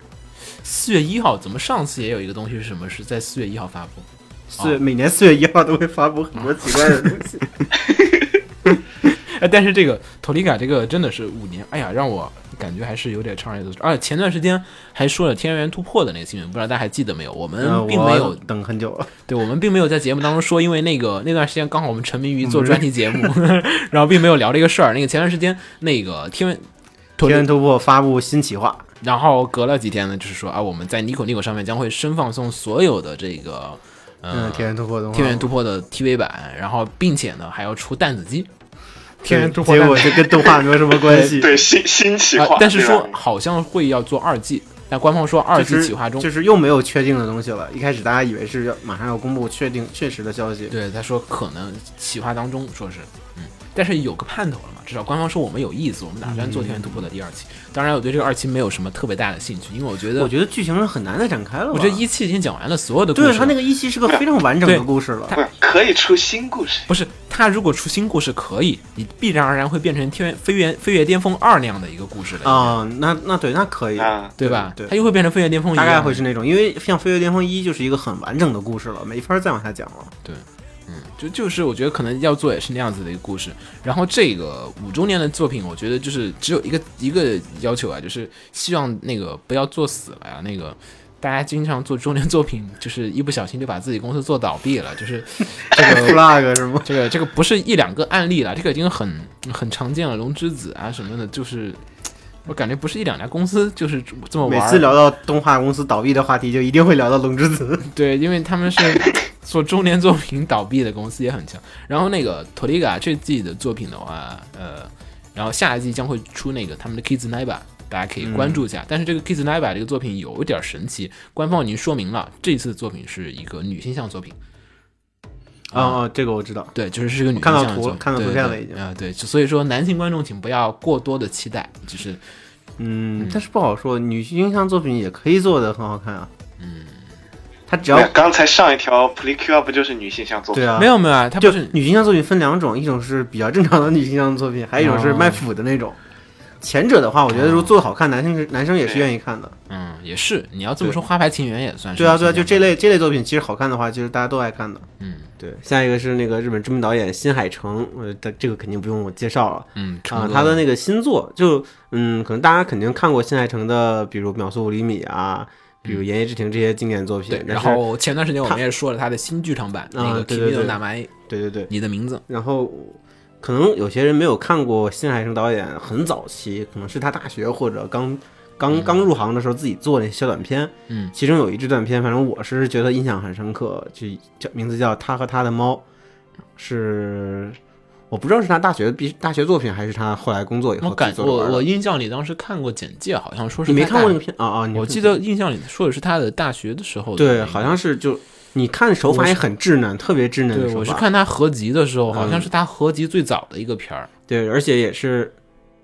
四月一号，怎么上次也有一个东西是什么？是在四月一号发布？
四月每年四月一号都会发布很多奇怪的东
<laughs>
西。
哎，但是这个托利卡这个真的是五年，哎呀，让我感觉还是有点怅然若失。而且前段时间还说了天元突破的那个新闻，不知道大家还记得没有？我
嗯，
们并没
我
有，
等很久了。
对我们并没有在节目当中说，因为那个那段时间刚好我们沉迷于
嗯
做专题
<laughs>
节目，然后并没有聊这个事儿。那个前段时间那个天元。托
天
利
元突破发布新企划，
然后隔了几天呢，就是说啊，我们在 Nico Nico 上面将会深放送所有的这个，呃
嗯，天元突破动画，
天元突破的 TV 版，然后并且呢还要出弹子机，
天
元突破
结果这跟动画没有什么关系。
对，新新企
啊
划，，
但是
对吧
说好像会要做二季，但官方说二
就
季
是
企划中，
就是又没有确定的东西了。一开始大家以为是要马上要公布确定确实的消息，
对他说可能企划当中说是，嗯，但是有个盼头了嘛，至少官方说我们有意思，我们打算
嗯
做《天元突破》的第二期。当然，我对这个二期没有什么特别大的兴趣，因为我觉得
我觉得剧情是很难再展开了吧。
我觉得一期已经讲完了所有的故事
对啊
了，
他那个一期是个非常完整的故事了
对。
不是嗯可以出新故事，
不是，他如果出新故事可以，你必然而然会变成《天元飞跃飞跃巅峰二》那样的一个故事了，
啊、那那对，那可以，
啊
对吧？
对
他又会变成《飞跃巅峰一》，
大概会是那种，因为像《飞跃巅峰一》就是一个很完整的故事了，没法再往下讲
<laughs>
了。
就就是我觉得可能要做也是那样子的一个故事。然后这个五周年的作品，我觉得就是只有一个一个要求啊，就是希望那个不要做死了呀、那个。大家经常做周年作品，就是一不小心就把自己公司做倒闭了，就是这
<laughs>
个
flag 是吗？
这个这个不是一两个案例了，这个已经很很常见了，龙之子啊什么的，就是我感觉不是一两家公司就是这么玩
每
儿。
次聊到动画公司倒闭的话题，就一定会聊到龙之子。
对，因为他们是做周年作品倒闭的公司也很强。然后那个 Toriga 这季的作品的话，呃，然后下一季将会出那个他们的 Kids Naiba，大家可以关注
嗯
一下。但是这个 Kids Naiba 这个作品有一点神奇，官方已经说明了，这次作品是一个女性向作品。
<laughs> 哦哦，这个我知道。
对，就是是一个女
看到
性向
图
作品
看到图
对
片
对
了已经
啊、对，所以说男性观众请不要过多的期待，就是
嗯，但是不好说，女性向作品也可以做的很好看啊。嗯，他只
没有
要
刚才上一条 p r e c u r 不就是女性向作品？
对啊，
没有没有啊，他不
就是女性向作品分两种，一种是比较正常的女性向作品，还有一种是卖腐的那种。前者的话，我觉得如果做的好看，男生是男生也是愿意看的。
嗯，也是你要这么
对
说，《花牌情缘》也算是
对啊，
女性
对啊，就
向
这类这类作品，其实好看的话，其实大家都爱看的。
嗯
对，下一个是那个日本知名导演新海诚，呃，这这个肯定不用我介绍了。
嗯成
啊、
哥
他的那个新作，就嗯，可能大家肯定看过新海诚的，比如《秒速五厘米》啊，比如《言叶之庭》这些经典作品。
嗯对，
但
然
是啊
后前段时间我们也说了他的新剧场版那个《
对
k i m i
对对
n 大埋
对对对，
你的名字》，
然后可能有些人没有看过新海诚导演很早期，可能是他大学或者刚刚刚入行的时候自己做那小短片，
嗯，
其中有一支短片，反正我是觉得印象很深刻，就叫名字叫《他和他的猫》，是我不知道是他大学毕大学作品还是他后来工作以后
我感
自己做着玩
我
的
我印象里当时看过简介，好像说是
你没
他
看过那
大
个片啊啊？你
我记得印象里说的是他的大学的时候的那
对，
个
好像是就你看手法也很稚嫩，特别稚嫩的
对，
手
我是
法。
看他合集的时候，好像
嗯
是他合集最早的一个片儿，
对，而且也是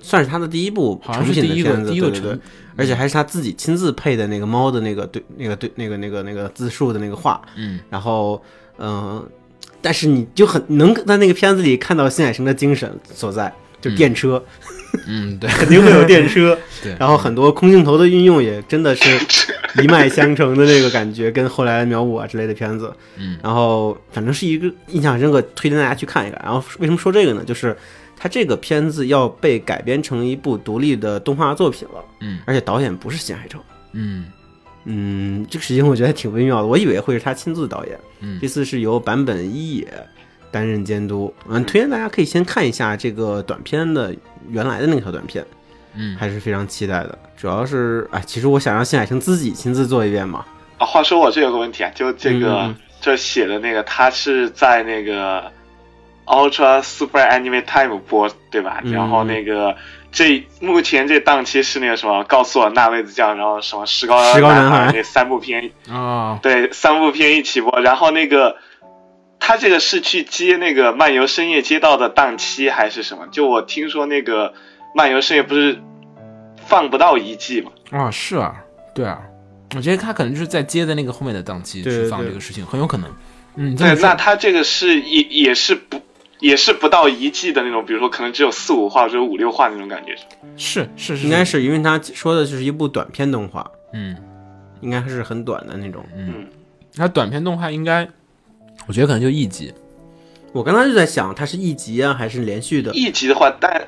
算是他的第一部
好
成
像是
品
第
的
一
片
个
子，
第一个
对对
成
对，而且还是他自己亲自配的那个猫的那个对那个对那个那个那个自述的那个画，
嗯，
然后嗯、呃但是你就很能在那个片子里看到新海诚的精神所在，就电车、
嗯，对，
<laughs> 肯定会有电车
<laughs> 对，
然后很多空镜头的运用也真的是一脉相承的那个感觉，跟后来的《秒五》啊之类的片子，
嗯，
然后反正是一个印象很深刻，推荐大家去看一看。然后为什么说这个呢？就是它这个片子要被改编成一部独立的动画作品了，
嗯，
而且导演不是新海诚。
嗯
嗯，这个事情我觉得还挺微妙的，我以为会是他亲自导演，
嗯
这次是由坂本一也担任监督。嗯，推荐大家可以先看一下这个短片的原来的那条短片，
嗯，
还是非常期待的。主要是，哎，其实我想让新海诚自己亲自做一遍嘛。
啊，话说我这有个问题啊，就这个、
嗯
这写的那个，他是在那个 Ultra Super Anime Time 播对吧？
嗯
然后那个这目前这档期是那个什么，告诉我那妹子酱，然后什么石膏
石膏男
孩
孩
那三部片，
啊，
对，三部片一起播。然后那个他这个是去接那个漫游深夜街道的档期还是什么？就我听说那个漫游深夜不是放不到一季嘛？
啊，是啊，对啊，我觉得他可能就是在接的那个后面的档期
对
去
对
放
对
这个事情，很有可能。嗯，这
对
么，说
那他这个是也也是不也是不到一季的那种，比如说可能只有四五话或者五六话那种感觉。
是是是，
应该是因为他说的就是一部短片动画，
嗯。
应该是很短的那种。
嗯
它短片动画应该，我觉得可能就一集。
我刚才就在想，它是一集啊，还是连续的？
一集的话，但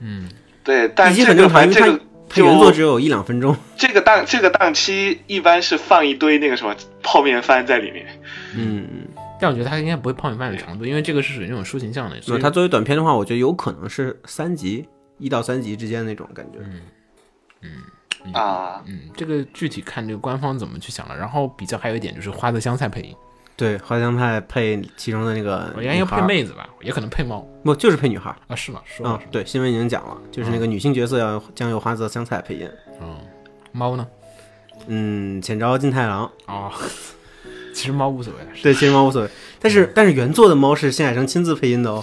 嗯，
对，但
一集
这
很
个
正常，
反
因
正
为
这个
它它原作只
就
有一两分钟。
这个档这个档期一般是放一堆那个什么泡面番在里面。
嗯，
但我觉得它应该不会泡米饭的长度，因为这个是属于那种抒情向的。所
那
以
它作为短片的话，我觉得有可能是三集，一到三集之间那种感觉。
啊，
嗯，这个具体看这个官方怎么去想了。然后比较还有一点就是花泽香菜配音，
对，花香派配其中的那个
我应该
女
要配
孩，
妹子吧，也可能配猫
不就是配女孩？
啊？是吗？是嗯
嗯
吗？，
对，新闻已经讲了，就是那个女性角色要将由花泽香菜配音。
嗯，猫呢？
嗯，浅沼进太郎，
哦， <laughs> 其实猫无所谓。
对，其实猫无所谓，但
嗯
是但是原作的猫是新海诚亲自配音的哦。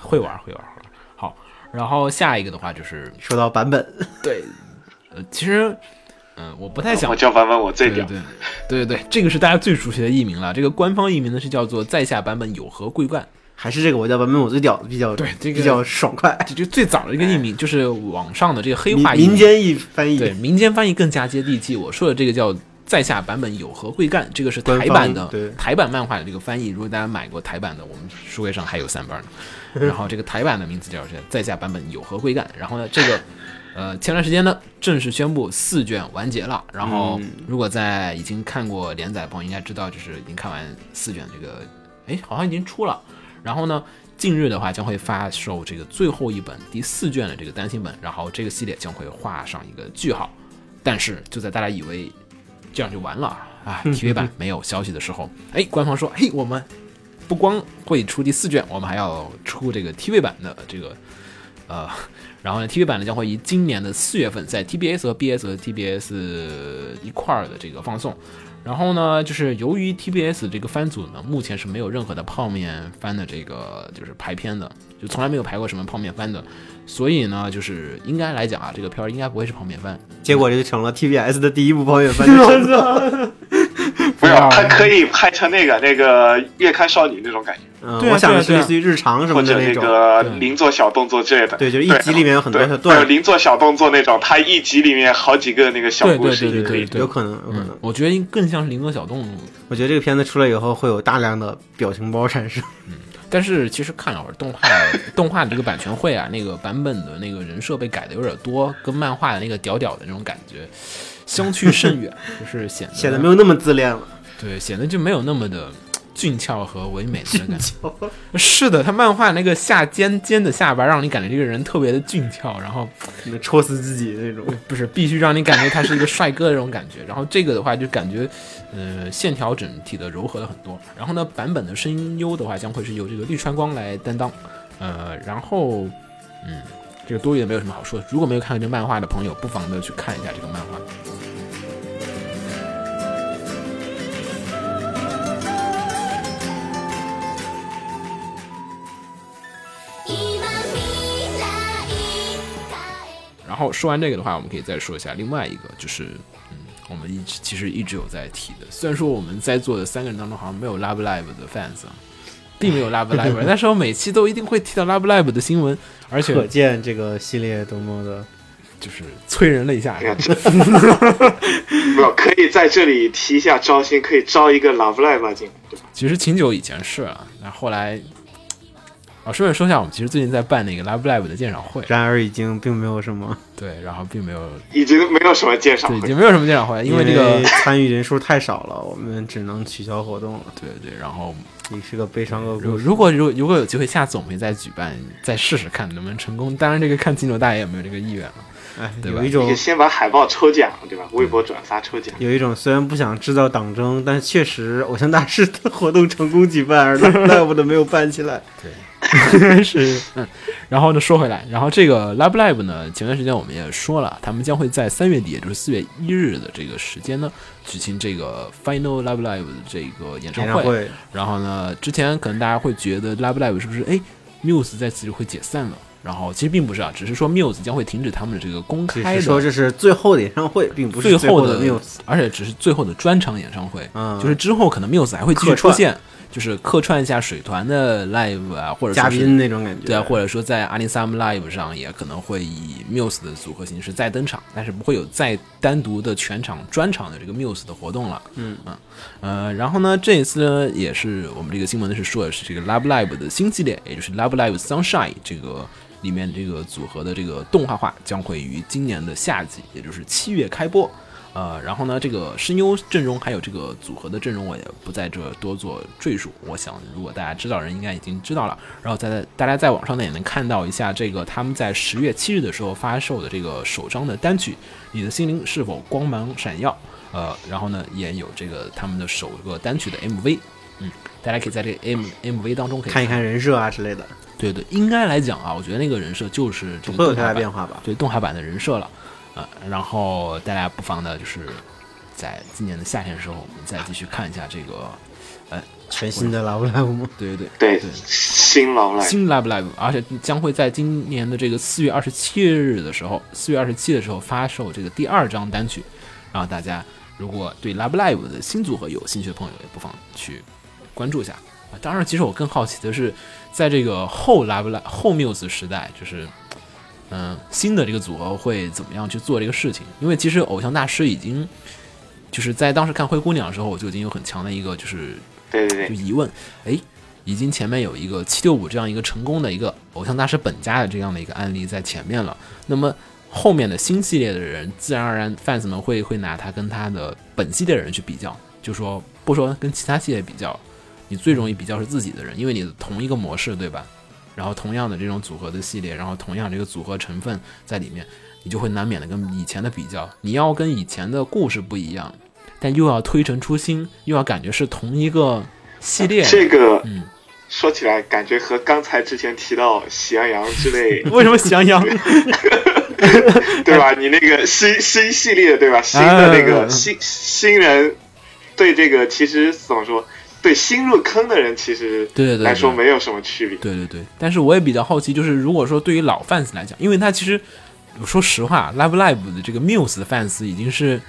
会玩，会玩，会玩。好，然后下一个的话就是
说到版本，
对，呃，其实，嗯、我不太想
我，叫版本我最
对
屌
对，对对对，这个是大家最熟悉的译名了。这个官方译名呢是叫做“在下版本有何贵干
还是这个我叫版本我最屌，比较
对这个
比较爽快”，，
这就最早的一个译名，就是网上的这个黑
民
化译名
民间一翻
对
译，
民间翻译更加接地气。我说的这个叫“在下版本有何贵干”，这个是台版
官方对
的台版漫画的这个翻译。如果大家买过台版的，我们书柜上还有三本
<laughs>
呢。然后这个台版的名字叫“在下版本有何贵干”。然后呢，这个呃前段时间呢正式宣布四卷完结了。然后如果在已经看过连载的朋友应该知道，就是已经看完四卷这个，哎，好像已经出了。然后呢，近日的话将会发售这个最后一本第四卷的这个单行本，然后这个系列将会画上一个句号。但是就在大家以为这样就完了啊，TV 版没有消息的时候，哎，官方说，嘿，我们不光会出第四卷，我们还要出这个 TV 版的这个呃。然后呢，TV 版呢将会于今年的四月份在 TBS 和 BS 和 TBS 一块儿的这个放送，然后呢，就是由于 TBS 这个番组呢，目前是没有任何的泡面番的这个就是排片的，就从来没有排过什么泡面番的，所以呢，就是应该来讲啊，这个片儿应该不会是泡面番。
结果这就成了 TBS 的第一部泡
<laughs>
面番，真的，
不
啊
是，它可以拍成那个那个月刊少女那种感觉，
嗯，
对啊
我想的是
对啊对啊
类似于日常什
或
么的
者
那
那
种，
个
对
零做小动作之类的。
对，就是一
对
集里面有很多小
对，
段
还有
儿，
零做小动作那种，它一集里面好几个那个小
对
故
对
事
对。对对对，
有可能，有可能
嗯。，我觉得更像是林哥小动物，
我觉得这个片子出来以后会有大量的表情包产生，
嗯但是其实看了会儿动画，动画的这个版权会啊，那个版本的那个人设被改的有点多，跟漫画的那个屌屌的那种感觉相去甚
<laughs>
远，就是显得
显得没有那么自恋了。
对，显得就没有那么的俊俏和唯美的感觉。是的，他漫画那个下尖尖的下巴，让你感觉这个人特别的俊俏，然后
能戳死自己那种，
不是必须让你感觉他是一个帅哥的那种感觉。然后这个的话就感觉，呃，线条整体的柔和了很多。然后呢，版本的声优的话将会是由这个绿川光来担当，呃，然后嗯，这个多余的没有什么好说。如果没有看过这漫画的朋友，不妨的去看一下这个漫画。
今未来変え
然后说完这个的话，我们可以再说一下另外一个，就是嗯，我们一直其实一直有在提的。虽然说我们在座的三个人当中好像没有 Love Live 的 fans，啊，并 <laughs> 没有 Love Live，但是我每期都一定会提到 Love Live 的新闻，而且
可见这个系列多么的
就是催人泪下。 <laughs>
没有，可以在这里提一下招新，可以招一个 Love Live 进来，对吧？
其实挺久以前是了，那后来。啊，顺便说一下，我们其实最近在办那个 Love Live 的鉴赏会，
然而已经并没有什么，
对，然后并没有，
已经没有什么介绍
对，已
会，
经没有什么鉴赏会，因为这个，
<laughs> 参与人数太少了，我们只能取消活动了。
对对，然后
也是个悲伤恶
如
故事。
如果如如果有机会，下次我们会再举办，再试试看能不能成功。当然，这个看金牛大爷有没有这个意愿了。
<laughs> 哎，
对吧
有一种
也先把海报抽奖，对吧？微博转发抽奖。
嗯
有一种虽然不想制造党争，但确实偶像大师的活动成功举
<laughs>
办，而 Live 的没有办起来。
是，嗯。然后呢，说回来，然后这个 Love Live 呢，前段时间我们也说了，他们将会在三月底，也就是四月一日的这个时间呢，举行这个 Final Love Live 的这个演唱
演唱会
然后呢，之前可能大家会觉得 Love Live 是不是哎 Muse 在此就会解散了？然后其实并不是啊，只是说 Muse 将会停止他们的这个公
只
开
是
的
说这是最后的演唱会，并不是
最后
的
的
Muse。
而且只是最后的专场演唱会，
嗯
就是之后可能 Muse 还会继续
客
出
串
现，就是客串一下水团的 live 啊，或者说
嘉
是
宾那种感觉，
对啊，或者说在 Anisam Live 上也可能会以 Muse 的组合形式再登场，但是不会有再单独的全场专场的这个 Muse 的活动了。嗯呃，然后呢，这一次呢也是我们这个新闻呢是说的是这个 Love Live 的新系列，也就是 Love Live Sunshine 这个里面这个组合的这个动画化将会于今年的夏季，也就是七月开播。呃，然后呢，这个声优阵容还有这个组合的阵容，我也不在这多做赘述。我想，如果大家知道的人应该已经知道了。然后在大家在网上呢也能看到一下这个他们在十月七日的时候发售的这个首张的单曲《你的心灵是否光芒闪耀》。呃，然后呢也有这个他们的首个单曲的 MV。嗯，大家可以在这个 M M V 当中可以
看一看人设啊之类的，
对对，应该来讲啊，我觉得那个人设就是这个
会有
动
太大
画
变
版，
化吧？
对动画版的人设了，呃，然后大家不妨呢，就是在今年的夏天的时候，我们再继续看一下这个，
全新的 Love Live 吗？
对对
对
对，
新劳来，
新 Live Live，而且将会在今年的这个四月二十七日的时候，四月二十七的时候发售这个第二张单曲，然后大家如果对 Live Live 的新组合有兴趣的朋友，也不妨去关注一下。啊当然，其实我更好奇的是，在这个后 Live Live 后 Muse 时代，就是嗯、新的这个组合会怎么样去做这个事情？因为其实偶像大师已经就是在当时看灰姑娘的时候，我就已经有很强的一个就是
对对
就
对，
疑问，哎，已经前面有一个七六五这样一个成功的一个偶像大师本家的这样的一个案例在前面了，那么后面的新系列的人，自然而然 fans 们会会拿他跟他的本系列的人去比较，就说不说跟其他系列比较，你最容易比较是自己的人，因为你同一个模式对吧？然后同样的这种组合的系列，然后同样这个组合成分在里面，你就会难免的跟以前的比较，你要跟以前的故事不一样，但又要推陈出新，又要感觉是同一个系列。
这个
嗯，
说起来感觉和刚才之前提到喜羊羊之类，
为什么喜羊？<laughs>
对吧？你那个新新系列对吧？新的那
哎哎哎
啊
个新新人对这个其实怎么说？对新入坑的人其实
对对对
<laughs> 来说
对
没有什么区别。
对对对，但是我也比较好奇，就是如果说对于老 fans 来讲，因为他其实我说实话，Live Live 的这个 Muse 的 fans 已经是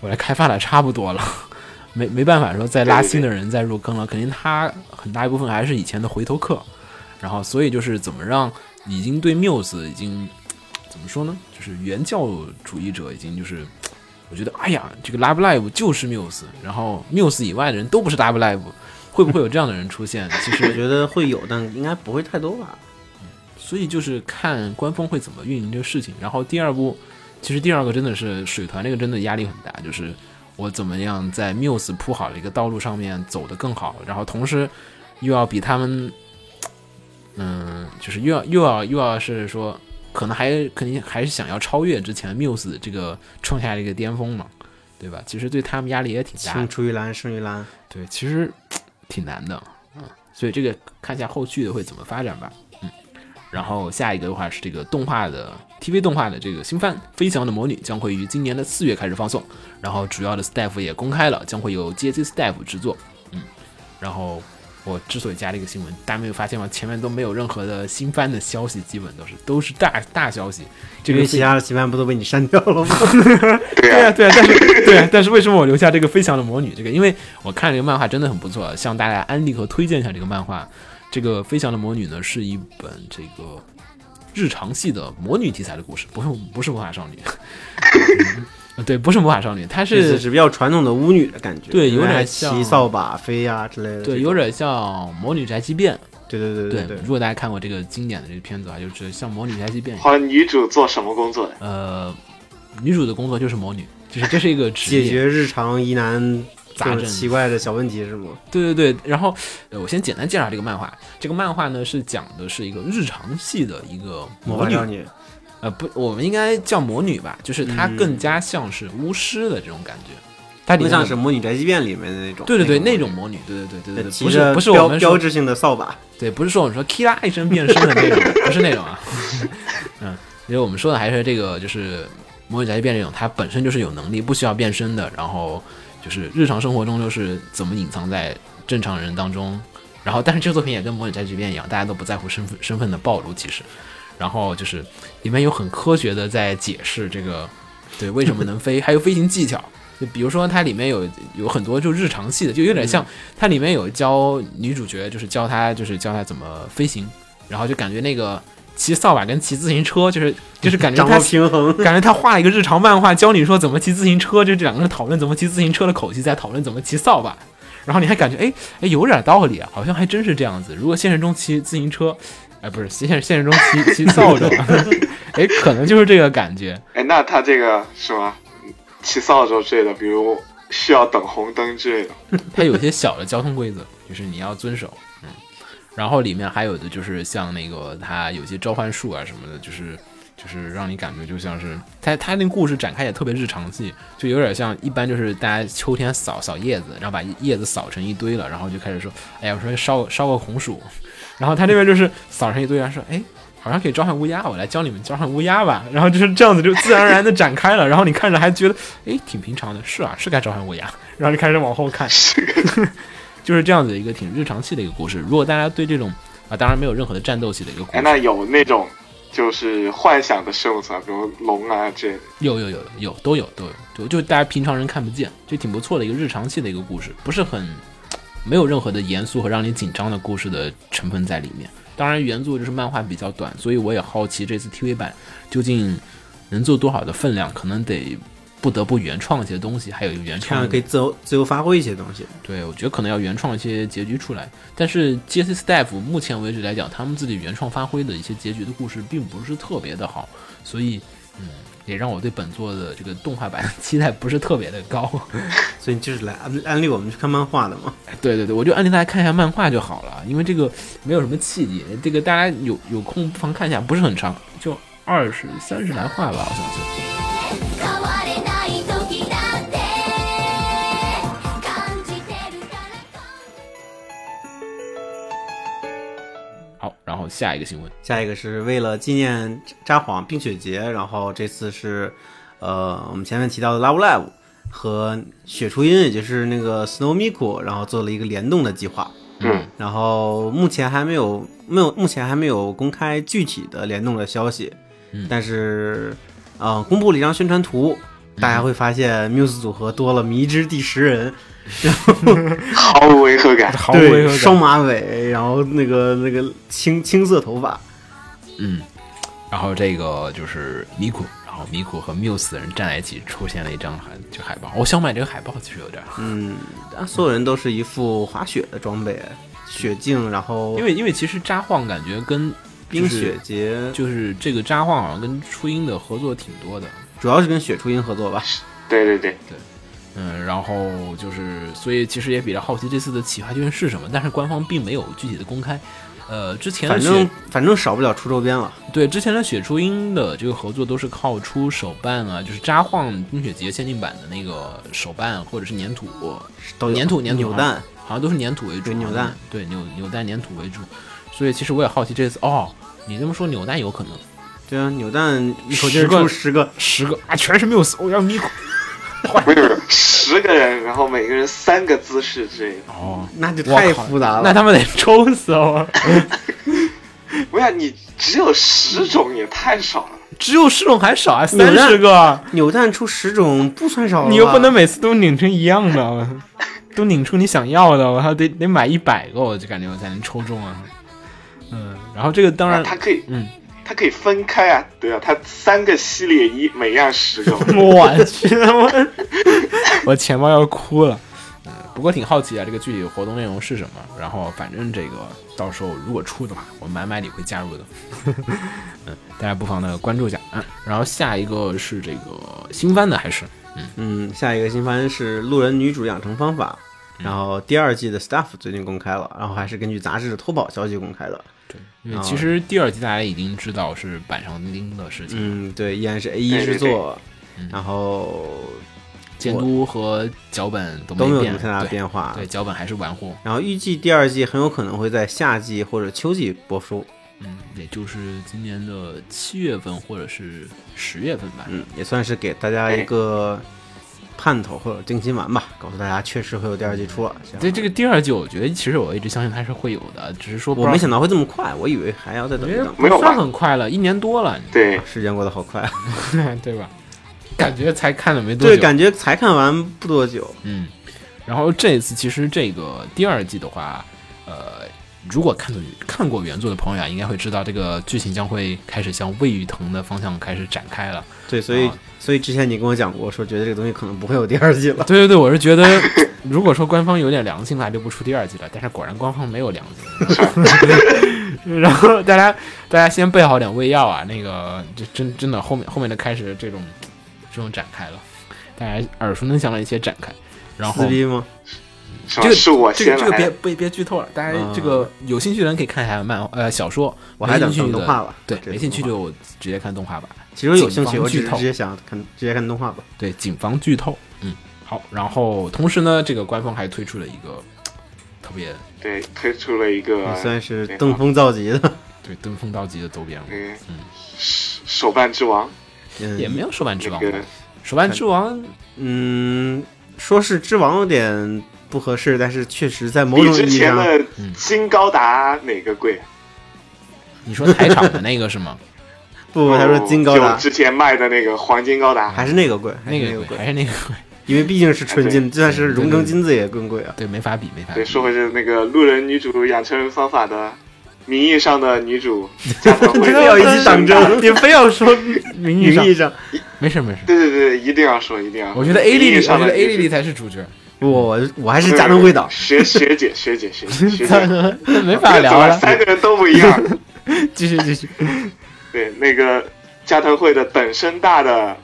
我来开发的差不多了， <laughs> 没没办法说再拉
对对对
新的人再入坑了，肯定他很大一部分还是以前的回头客，然后所以就是怎么让已经对 Muse 已经怎么说呢，就是原教主义者已经就是。我觉得，哎呀，这个 Love Live 就是 Muse，然后 Muse 以外的人都不是 Love Live，会不会有这样的人出现？其实
<laughs> 我觉得会有，但应该不会太多吧。
所以就是看官方会怎么运营这个事情。然后第二步，其实第二个真的是水团这个真的压力很大，就是我怎么样在 Muse 铺好的一个道路上面走得更好，然后同时又要比他们，嗯，就是又要又要又要是说，可能还肯定还是想要超越之前 Muse 这个创下这个巅峰嘛，对吧？其实对他们压力也挺大
青
的，
出于蓝胜于蓝，
对，其实挺难的，嗯，所以这个看一下后续的会怎么发展吧，嗯，然后下一个的话是这个动画的 TV 动画的这个新番《飞翔的魔女》将会于今年的四月开始放送，然后主要的 staff 也公开了，将会由 JC staff 制作，嗯，然后我之所以加这个新闻，大家没有发现吗？前面都没有任何的新番的消息，基本都是都是大大消息，这
因
个
为其他的棋盘不都被你删掉
<laughs>
了吗？
对
对啊，
啊，
对啊，但是对啊，但是为什么我留下这个《飞翔的魔女》这个？因为我看这个漫画真的很不错，啊向大家安利和推荐一下这个漫画。这个《飞翔的魔女》呢，是一本这个日常系的魔女题材的故事，不是不是魔法少女，嗯 <laughs> 对，不是魔法少女，它
这
是
是比较传统的巫女的感觉，
对有点
因为还
像
骑扫把飞呀、之类的这种。
对，有点像《魔女宅急便》
对对对对
如果大家看过这个经典的这个片子啊，就是像《魔女宅急便》一样，
好像女主做什么工作的？
呃，女主的工作就是魔女，就是这是一个职业
解决日常疑难
杂
这种
症
奇怪的小问题是吗？
对对对，然后呃我先简单介绍这个漫画。这个漫画呢是讲的是一个日常系的一个魔
魔法
女
少，女，
呃，不，我们应该叫魔女吧，就是它更加像是巫师的这种感觉，它里
更
面
像是《魔女宅急便》里面的那种。
对对对那
种
种魔女，对对对对对，对
骑
不是
着
不是我
标
们
标
说
志性的扫把，
对，不是说我们说 “kira” 一声变身的那种，不是那种啊。 <laughs> 嗯，因为我们说的还是这个，就是魔女宅急便这种，它本身就是有能力，不需要变身的。然后就是日常生活中就是怎么隐藏在正常人当中。然后，但是这个作品也跟魔女宅急便一样，大家都不在乎身份身份的暴露，其实。然后就是里面有很科学的在解释这个，对为什么能飞，还有飞行技巧。就比如说它里面有有很多就日常系的，就有点
嗯
像它里面有教女主角，就是教她就是教她怎么飞行，然后就感觉那个骑扫把跟骑自行车，就是就是感觉
掌
她
握平
<laughs>
衡。
感觉他画了一个日常漫画，教你说怎么骑自行车，就这两个人讨论怎么骑自行车的口气，在讨论怎么骑扫把，然后你还感觉哎哎有点道理啊，好像还真是这样子。如果现实中骑自行车，哎不是现现现实中骑骑扫帚， <laughs> 哎可能就是这个感觉。
哎，那他这个什么骑扫帚之类的，比如需要等红灯之类的， <laughs>
它有些小的交通规则， <laughs> 就是你要遵守，嗯。然后里面还有的就是像那个它有些召唤术啊什么的，就是就是让你感觉就像是它它那故事展开也特别日常系，就有点像一般就是大家秋天扫扫叶子，然后把叶子扫成一堆了，然后就开始说，哎呀，我说烧烧个红薯，然后他这边就是扫成一堆，然后说，哎。好像可以召唤乌鸦，我来教你们召唤乌鸦吧。然后就是这样子，就自然而然的展开了。然后你看着还觉得，哎，挺平常的，是啊，是该召唤乌鸦。然后就开始往后看，就是这样子一个挺日常系的一个故事。如果大家对这种啊，当然没有任何的战斗系的一个故
哎，
事，
那有那种就是幻想的生物啊，比如龙啊之类的。
有有有有都有都有，就就大家平常人看不见，就挺不错的一个日常系的一个故事，不是很没有任何的严肃和让你紧张的故事的成分在里面。当然，原作就是漫画比较短，所以我也好奇这次 TV 版究竟能做多少的分量，可能得不得不原创一些东西，还有原
这
创
样可以自由自由发挥一些东西。
对，我觉得可能要原创一些结局出来。但是 JC Staff 目前为止来讲，他们自己原创发挥的一些结局的故事并不是特别的好，所以嗯，也让我对本作的这个动画版 <laughs> 期待不是特别的高。 <laughs>
所以就是来安安利我们去看漫画的嘛。
对对对，我就安利大家看一下漫画就好了，因为这个没有什么气节，这个大家有有空不妨看一下，不是很长，就二十三十来话吧，我想是。
変われない時だって感じてるからこ
好，然后下一个新闻，嗯
下一个是为了纪念札幌冰雪节，然后这次是呃我们前面提到的 Love Live 和雪初音，也就是那个 Snow Miku，然后做了一个联动的计划。
嗯，
然后目前还没有没有目前还没有公开具体的联动的消息，
嗯
但是呃公布了一张宣传图，
嗯
大家会发现 Muse 组合多了迷之第十人，
毫无违和感。 <laughs>
毫无违
哎对，
和感
双马尾，然后那个那个青青色头发，
嗯，然后这个就是米库，然后米库和 Muse 的人站在一起，出现了一张海就海报。我想买这个海报，其实有点儿，
嗯，啊，所有人都是一副滑雪的装备，雪镜，然后
因为因为其实札幌感觉跟
冰雪节
就是这个札幌好像跟初音的合作挺多的，
主要是跟雪初音合作吧，
对对对，
嗯，然后就是所以其实也比较好奇这次的企划究竟是什么，但是官方并没有具体的公开。呃，之前的
反
雪
正反正少不了出周边了。
对，之前的雪初音的这个合作都是靠出手办啊，就是札幌冰雪节限定版的那个手办或者是粘土，
都有
粘土粘土啊
扭蛋，
好像都是粘土为主，
对扭蛋，
对扭扭蛋粘土为主，所以其实我也好奇这次哦，你这么说扭蛋有可能
对啊，扭蛋一口气儿
十个
出十个，
十个啊，全是 Muse，我要 Miko
没有没有，十个人，然后每个人三个姿势之类的。
哦，
那就
我
太
靠
复杂了。
那他们得抽死哦我，
不要你只有十种也太少了。
<laughs> 只有十种还少啊，
扭
三
蛋
十个，
扭蛋出十种不算少了吧，
你又不能每次都拧成一样的， <laughs> 我都拧出你想要的，我还得得买一百个，我就感觉我才能抽中啊，嗯，然后这个当
啊
然，
它可以，
嗯，
它可以分开啊，对啊，它三个系列一，每样十
<laughs>
个嘛。
我去，我 <laughs> 我钱包要哭了。嗯，不过挺好奇啊，这个具体活动内容是什么？然后反正这个到时候如果出的话，我买买里会加入的。 <laughs> 嗯，大家不妨呢关注一下。嗯，然后下一个是这个新番的还是？
嗯，下一个新番是《路人女主养成方法》，
嗯
然后第二季的 staff 最近公开了，然后还是根据杂志的偷跑消息公开的。
因为
啊
其实第二季大家已经知道是板上钉钉的事情，
嗯，对，依然是 A
对
一
对
制
对
作，
嗯
然后
监督和脚本都
都没有什
变
么太大的变化
对。对，脚本还是玩货。
然后预计第二季很有可能会在夏季或者秋季播出，
嗯，也就是今年的七月份或者是十月份吧。
嗯，也算是给大家一个盼头或者定心丸吧，告诉大家确实会有第二季出啊了。这
对
样
这个第二季，我觉得其实我一直相信它是会有的，只是说不知
我
道
没想到会这么快，我以为还要再
我
等一
觉得
等。
不算很快了，一年多了，
对，
时间过得好快，啊
对吧？感觉才看了没多久，
对，感觉才看完不多久。
嗯。然后这次其实这个第二季的话，呃，如果看的看过原作的朋友啊，应该会知道这个剧情将会开始向魏雨腾的方向开始展开了。
对，所以、
啊
所以之前你跟我讲过，说觉得这个东西可能不会有第二季了。
<laughs> 对对对，我是觉得，如果说官方有点良心的话，就不出第二季了。但是果然官方没有良心， <laughs> 然后大家大家先备好点胃药啊，那个这真真的后面后面的开始这种这种展开了，大家耳熟能详的一些展开，然后
撕逼吗？
是
这
吧？
个
是我
这个
先
这个别
来，
别别剧透了，大家
啊嗯
这个有兴趣的人可以看一下漫画呃小说，
我还
没
等
兴趣
等
的
动画吧
对，
这
没
个
兴趣
动
就直接看动画版。
其实有兴趣，我只
剧
是
透
直接想看直接看动画吧。
对，谨防剧透。嗯，好。然后同时呢，这个官方还推出了一个特别
对，推出了一个
也算是登峰造极的，
对登峰造极的周边了，
嗯，手手办之王
嗯，
也没有手办之
那
王
个
吧。手办之王，
嗯，说是之王有点不合适，但是确实在某
比
种
之
意义
前
上，
的
嗯
金高达哪个贵？
你说台场的那个是
<laughs>
吗？
不，他说金高达
就之前卖的那个黄金高
嗯
达，
还是那个贵，还
那
是
个
那个
贵
贵，
还是那个 <laughs> 贵？
因为毕竟是纯金，就算是熔成金子也更贵啊。
对，没法比，没法比
对，。说回这那个路人女主养成方法的名义上的女主，家长
<laughs>
会
这个要一起党争，你非要说
名
名义上，
没事没事。
对对对，一定要说，一定要说。
我觉得 A 莉
名
莉，
义
我
上
觉
的
得 A 莉
女主
莉才是主角，
我我还是加藤会岛，
学学姐学姐学姐学姐，
那 <laughs> 没法聊
<laughs>
了。
三个人都不一样。
<laughs>
继续继续，
对，那个加藤会的等身大的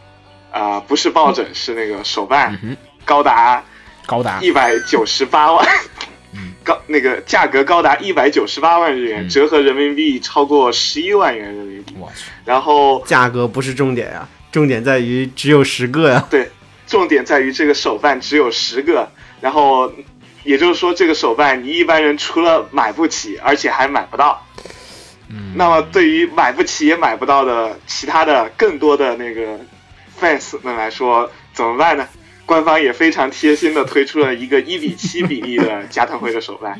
啊、不是抱枕，是那个手办，
嗯
高达
高达
一百九十八万
啊嗯，
高那个价格高达一百九十八万日元，
嗯
折合人民币超过十一万元人民币。
我去，
然后
价格不是重点呀、重点在于只有十个呀、
对，重点在于这个手办只有十个，然后也就是说这个手办你一般人除了买不起，而且还买不到。
嗯，
那么对于买不起也买不到的其他的更多的那个 fans 们来说，怎么办呢？官方也非常贴心的推出了一个一比七比例的加藤辉的手办，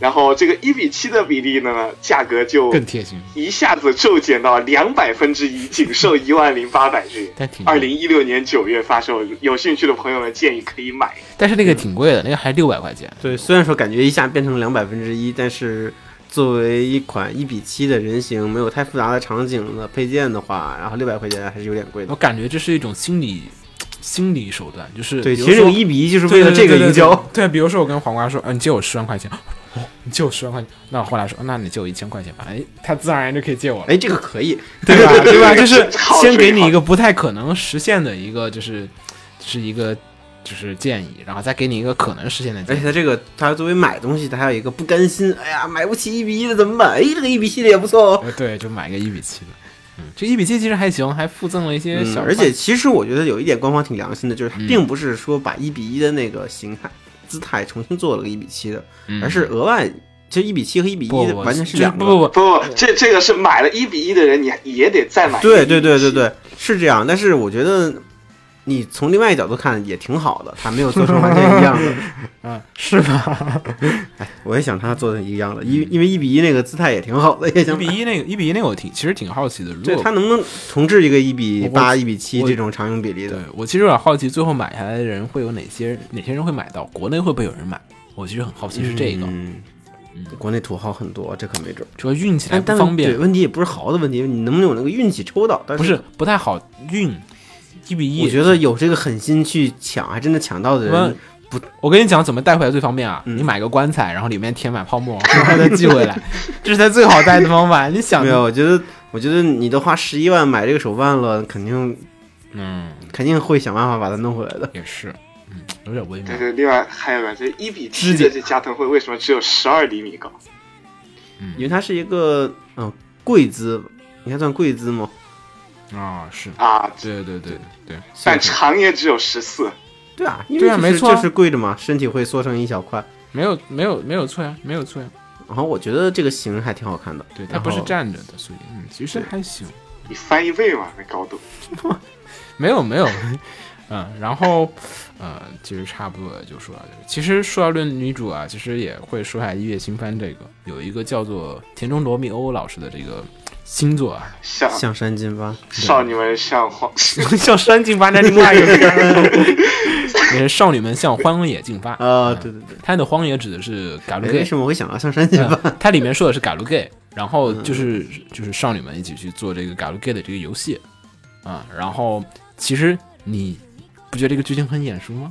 然后这个一比七的比例呢，价格就
更贴心，
一下子骤减到两百分之一，仅售一万零八百日元。
<laughs> 但挺贵
二零一六年九月发售，有兴趣的朋友们建议可以买。
但是那个挺贵的，那个还六百块钱。
对，虽然说感觉一下变成两百分之一，但是作为一款一比七的人形，没有太复杂的场景的配件的话，然后六百块钱还是有点贵
我
的。
感觉这是一种心理心理手段，就是
对，
比如
其实这
说
个一比一就是为了这个营销。
对，比如说我跟黄瓜说，嗯、你借我十万块钱，哦，你借我十万块钱，那我后来说，那你借我一千块钱吧，哎，他自然而然就可以借我了，
哎，这个可以，
对吧？对吧？就是
这好
先给
这
你
好
一个不太可能实现的一个，就是是一个就是建议，然后再给你一个可能实现的
而
建
且
议。
他这个，他作为买东西，他还有一个不甘心，哎呀，买不起一比一的怎么办？哎，这个一比七的也不错哦。
呃对，就买个一比七的，嗯，这一比七其实还行，还附赠了一些
嗯，
小、嗯
而且其实我觉得有一点官方挺良心的，就是他并不是说把一比一的那个形态、姿态重新做了个一比七的，
嗯
而是额外，其实一比七和一比一
不不
完全是
就
两个。
不不不，
不不，这这个是买了一比一的人，你也得再买。
对对对对，对，是这样。但是我觉得你从另外一角度看也挺好的，他没有做成完全一样的。
<laughs>
<laughs> 哎
嗯，是吧？嗯
我也想他做成一样的，因因为一比一那个姿态也挺好的，也
一
想
比
买。
一那个一比一那个我挺其实挺好奇的，如
对
果
他能不能重置一个一比
我
八、一比七
我
这种常用比例的
对？我其实有点好奇，最后买下来的人会有哪些？哪些人会买到？国内会不会有人买？我其实很好奇是这个，
嗯，国内土豪很多，这可没准儿。
主要运起来
但
不
哎但
方
对，
便，
问题也不是豪的问题，你能不能有那个运气抽到？但
不是不太好运。一比一，
我觉得有这个狠心去抢，还真的抢到的
我
人，
我跟你讲怎么带回来最方便啊！
嗯
你买个棺材，然后里面填满泡
<laughs>
沫，然后再寄回来，这是他最好带的方法。你想
没，有？我觉得，我觉得你都花十一万买这个手办了，肯定
嗯，
肯定会想办法把它弄回来的。
也是，嗯，有点微妙
对。对，另外还有一个，这一比七
肢
的
解
这加藤会为什么只有十二厘米高？
因为它是一个嗯、贵资，应该算贵资吗？
啊，是，
啊，
对对对对，
但长也只有十四。
对啊，因为
对啊
就是
没错啊
就是贵着嘛，身体会缩成一小块。
没有没有没有错呀，没有错呀，
然后我觉得这个型还挺好看的，
对，它
然
不是
后
站着的，所以嗯，其实还行。
你翻一倍嘛，那高度。
<laughs> 没有没有，嗯，然后呃，其实差不多也就说到这里。其实说到论女主啊，其实也会说下一月新番这个，有一个叫做田中罗密欧老师的这个星座啊， <laughs>
像
像山金吧，
少女们像黄，
像山进发那另外一个， <laughs> 也是少女们向荒野进发。
啊，对对对，
他的荒野指的是嘎
哎
鲁
为
gay，
什么我会想到像山金吧？
嗯它里面说的是嘎鲁 gay，然后就是就是少女们一起去做这个嘎鲁 gay 的这个游戏啊、然后其实你不觉得这个剧情很眼熟吗？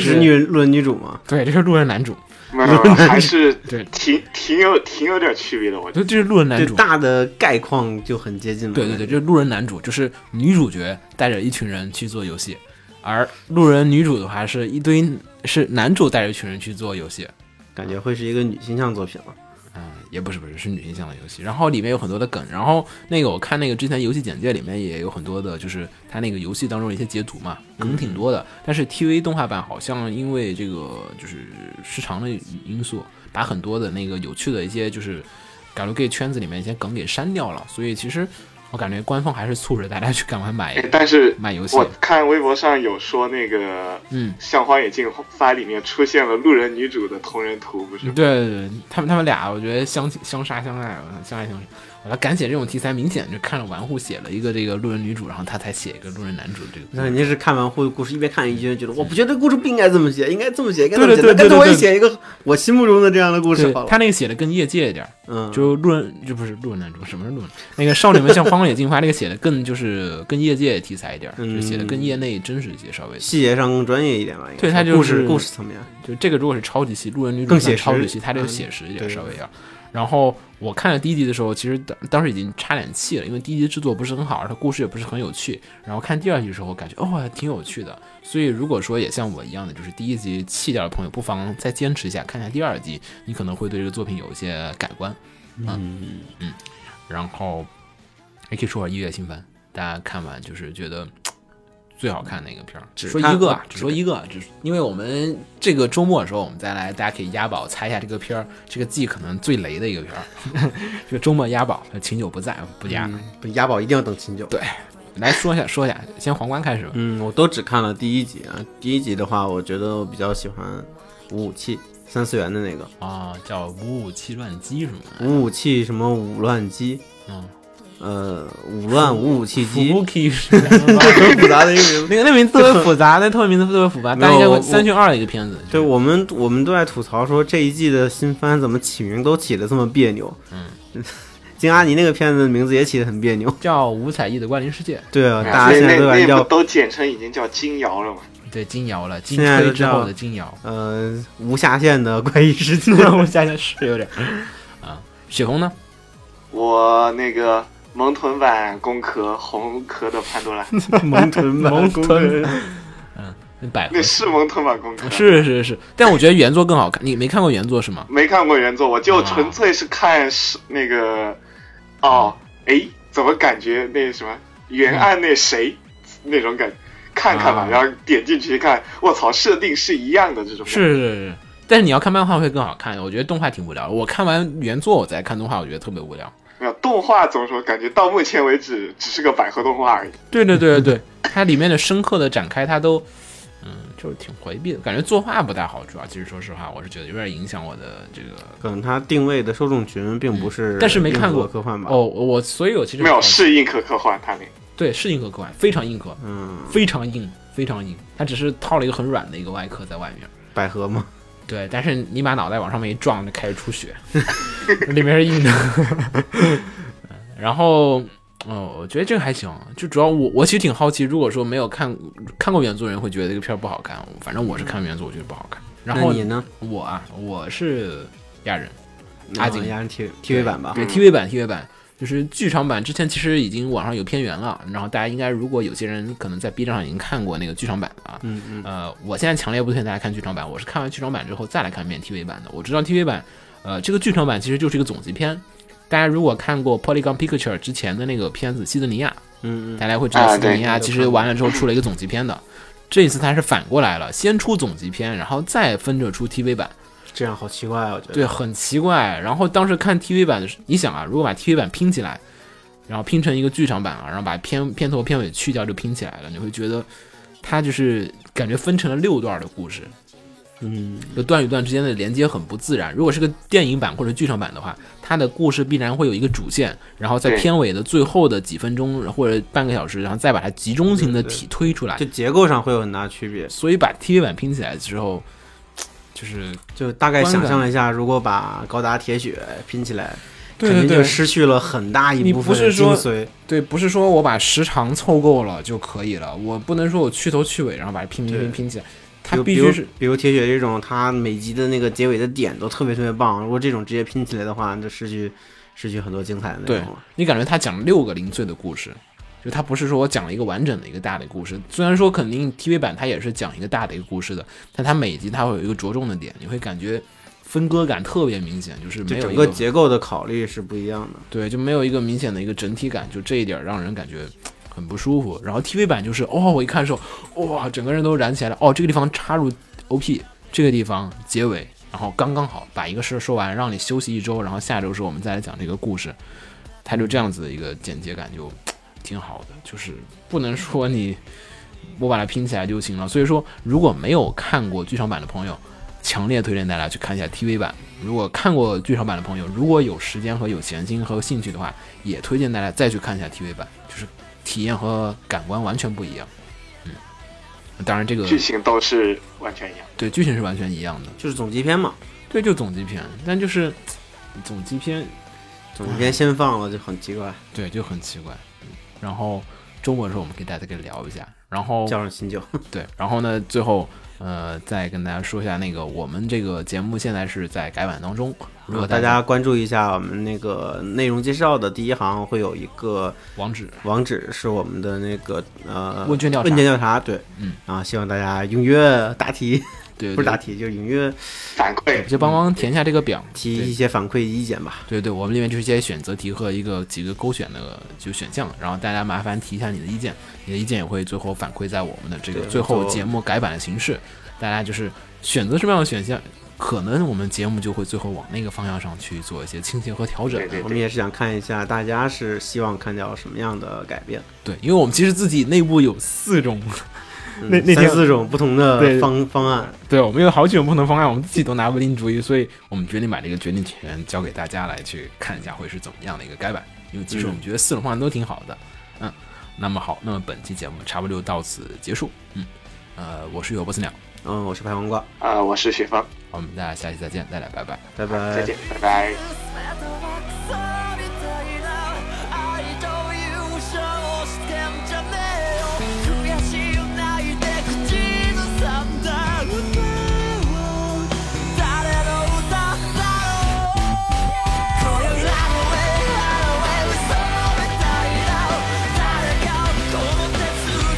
就是
女人路人女主嘛，
对，这是路人男主，
没有没有，还是
对
挺挺有挺有点区别的。我觉
就这是路人男
对
主，
大的概况就很接近了。
对对对，这是路人男主，就是女主角带着一群人去做游戏，而路人女主的话是一堆是男主带着一群人去做游戏，
感觉会是一个女性向作品了。
嗯，也不是不是是女性向的游戏，然后里面有很多的梗，然后那个我看那个之前游戏简介里面也有很多的，就是它那个游戏当中的一些截图嘛，梗挺多的。但是 TV 动画版好像因为这个就是时长的因素，把很多的那个有趣的一些就是改路 gay 圈子里面一些梗给删掉了，所以其实我感觉官方还是促使大家去赶快买
哎但是
买游戏
我看微博上有说那个，
嗯
像《荒野竞发》里面出现了路人女主的同人图，不是
嗯
对
吗？
对对，他们他们俩，我觉得相相杀相爱，相爱相杀。我来敢写这种题材，明显就看着玩户写了一个这个路人女主，然后他才写一个路人男主这个。
那肯定是看完故故事，一边看一边觉得，我不觉得故事不应该这么写，应该这么写，应该这么
对
写。
对对
那干脆我也
对对
写一个我心目中的这样的故事
对
好了。
他那个写的更业界一点儿，
嗯，
就路人就不是路人男主，什么是路人？那个少女们向荒野进发，那个写的更就是更业界题材一点儿，
嗯
就是写的更业内真实一些，稍微
细节上更专业一点吧。应该
对它就是
故事故事层面。
就这个如果是超级系，路人女主
更写实
算超级系，它这个
嗯
写实一点
对
稍微要。然后我看了第一集的时候，其实当当时已经差点气了，因为第一集制作不是很好，而它故事也不是很有趣。然后看第二集的时候，感觉哦还挺有趣的。所以如果说也像我一样的，就是第一集弃掉的朋友，不妨再坚持一下，看一下第二集，你可能会对这个作品有一些改观。啊
嗯，
然后也可以说一月新番，大家看完就是觉得最好看的一个片儿。只说一个啊，只说一个啊，只因为我们这个周末的时候，我们再来，大家可以押宝猜一下这个片儿，这个季可能最雷的一个片儿。 <laughs> 这个周末押宝，秦九不在，不押。
嗯不押宝一定要等秦九。
对来说一下，说一下，先皇冠开始吧。
嗯，我都只看了第一集啊。第一集的话，我觉得我比较喜欢五五七三四元的那个
啊，叫五五七乱鸡什么的，
五五七什么五乱鸡，
嗯
呃，五乱五五七鸡，
，Fuki 是什么吧
很复杂的一个名字。
那个那名字特 <laughs> 别复杂，那特别名字特别复杂，
没
但
有
应该
我
会三选二的一个片子。
对我们，我们都在吐槽说这一季的新番怎么起名都起的这么别扭。嗯， <laughs> 金阿尼那个片子的名字也起的很别扭。
叫五彩翼的怪灵世界，
对啊，大家
那
现在
那
都
那
管
不
叫
都简称已经叫金瑶了吗？
对金瑶了，金
现在
推
都
之
叫
后的金瑶。 <laughs>
呃无下限的怪异世 <laughs> 界。
我想想是有点啊。雪红呢？
我那个萌豚版攻壳，红壳的潘
<laughs>
多拉，
萌臀版，
萌臀
<laughs>
百合
那是萌豚版攻壳，
是是是，但我觉得原作更好看。你没看过原作是吗？
没看过原作，我就纯粹是看是那个，
啊
哦，哎，怎么感觉那什么原案那谁、那种感觉，看看吧，
啊
然后点进去一看，我操，设定是一样的这种，
是是是，但是你要看漫画会更好看。我觉得动画挺无聊的。我看完原作我再看动画，我觉得特别无聊。
没有动画怎么说，感觉到目前为止只是个百合动画而已。
对对对对对， <laughs> 它里面的深刻的展开，它都嗯，就是挺回避的，感觉作画不太好。主要其实说实话，我是觉得有点影响我的这个。
可能它定位的受众群并不是，
但是没看过
科幻吧？
哦，，我所以我其实
嗯没有是硬壳科幻，他那个
对是硬核科幻，非常硬核，
嗯，
非常硬，非常硬。它只是套了一个很软的一个外壳在外面。
百合嘛，
对，但是你把脑袋往上面一撞，就开始出
<laughs>
血，里面是硬的。 <laughs> 然后，哦，我觉得这个还行，就主要我我其实挺好奇，如果说没有看看过原作的人会觉得这个片儿不好看，反正我是看原作，我觉得不好看。然后
那你呢？
我啊，我是亚人，阿锦
压人 T T V 版吧？
嗯
对 TV 版 TV 版。就是剧场版之前其实已经网上有片源了，然后大家应该如果有些人可能在 B 站上已经看过那个剧场版了啊，
嗯嗯，
呃，我现在强烈不推荐大家看剧场版，我是看完剧场版之后再来看一遍 TV 版的。我知道 TV 版，呃，这个剧场版其实就是一个总集篇。大家如果看过 Polygon Picture 之前的那个片子《西德尼亚》，
嗯嗯，
大家会知道
啊
西德
对
尼亚其实完了之后出了一个总集篇的。这一次它是反过来了，先出总集篇，然后再分着出 TV 版，
这样好奇怪啊，我觉得。
对，很奇怪。然后当时看 TV 版的时候，你想啊，如果把 TV 版拼起来，然后拼成一个剧场版啊，然后把片片头啊片尾去掉就拼起来了，你会觉得它就是感觉分成了六段的故事。
嗯，
就段与段之间的连接很不自然。如果是个电影版或者剧场版的话，它的故事必然会有一个主线，然后在
对
片尾的最后的几分钟或者半个小时，然后再把它集中性的体推出来
就。结构上会有很大区别。
所以把 TV 版拼起来之后，就是
就大概
观感
想象了一下，如果把高达铁血拼起来，
对
肯定
对
就
对
失去了很大一
你
部
不
分
是
的精
说
髓。
对，不是说我把时长凑够了就可以了，我不能说我去头去尾，然后把它拼拼
对
拼拼起来，
比
它
如
必
比如
须是
比如铁血这种，它每集的那个结尾的点都特别特别棒。如果这种直接拼起来的话，那就失去失去很多精彩的内
对
容了。
你感觉他讲了六个零碎的故事，就它不是说我讲了一个完整的一个大的故事，虽然说肯定 TV 版它也是讲一个大的一个故事的，但它每集它会有一个着重的点，你会感觉分割感特别明显，就是
就
没有
整
一
个结构的考虑是不一样的。
对，就没有一个明显的一个整体感，就这一点让人感觉很不舒服。然后 TV 版就是，哦，我一看的时候，哇，整个人都燃起来了。哦，这个地方插入 OP，这个地方结尾，然后刚刚好把一个事儿说完，让你休息一周，然后下周时候我们再来讲这个故事。它就这样子的一个简洁感就挺好的，就是不能说你我把它拼起来就行了。所以说，如果没有看过剧场版的朋友，强烈推荐大家去看一下 TV 版。如果看过剧场版的朋友，如果有时间和有闲心和兴趣的话，也推荐大家再去看一下 TV 版，就是体验和感官完全不一样。嗯，当然这个
剧情都是完全一样。
对剧情是完全一样的，
就是总集篇嘛，
对，就总集篇，但就是嘖总集篇
总集篇先放了就很奇怪，
对就很奇怪。嗯然后周末的时候我们可以大家可以聊一下，然后
叫上新旧。
对，然后呢，最后呃，再跟大家说一下那个，我们这个节目现在是在改版当中，如
如
果
啊果大家关注一下我们那个内容介绍的第一行，会有一个
网址
网址是我们的那个呃
问卷调查
问卷调查，对，
嗯，
啊，希望大家踊跃答题，
对
不是答
对，
题，就是踊跃
反馈
就帮忙填一下这个表，
提
对
一些反馈意见吧。
对对，我们里面就是一些选择题和一个几个勾选的就选项，然后大家麻烦提一下你的意见，你的意见也会最后反馈在我们的这个
对
最后
做
节目改版的形式，大家就是选择什么样的选项，可能我们节目就会最后往那个方向上去做一些倾斜和调整。
对对
我们也是想看一下大家是希望看到什么样的改变，
对因为我们其实自己内部有四种，
嗯
那那天
三四种不同
对
的方方案，
对我们有好几种不同方案，我们自己都拿不定主意，所以我们决定把这个决定权交给大家来去看一下会是怎么样的一个改版，因为其实我们觉得四种方案都挺好的。嗯，那么好，那么本期节目差不多就到此结束。嗯，呃，我是有波斯鸟，
嗯，我是拍黄瓜，
啊、我是雪峰，
我们大家下期再见，大家拜拜。
拜拜，
再见，拜拜。
スペートは腐りたいな愛と勇者をしてんじゃねえよ悔しいを泣いて口ずさんだ歌を誰の歌だろう Go your way, highway, we saw it die now. 誰かをこの手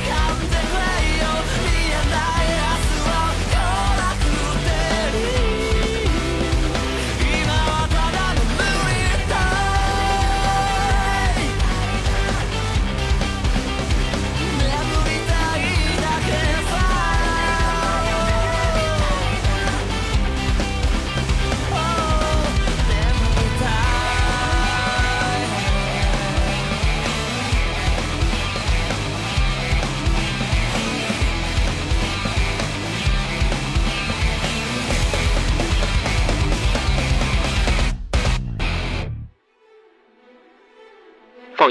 掴んでくれよ見えない明日は来なくていい今はただの無理だい眠りたいだけさ眠りたい
放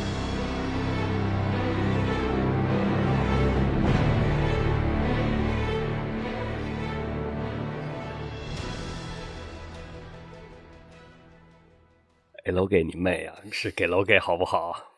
给楼给你妹啊！是给楼给好不好？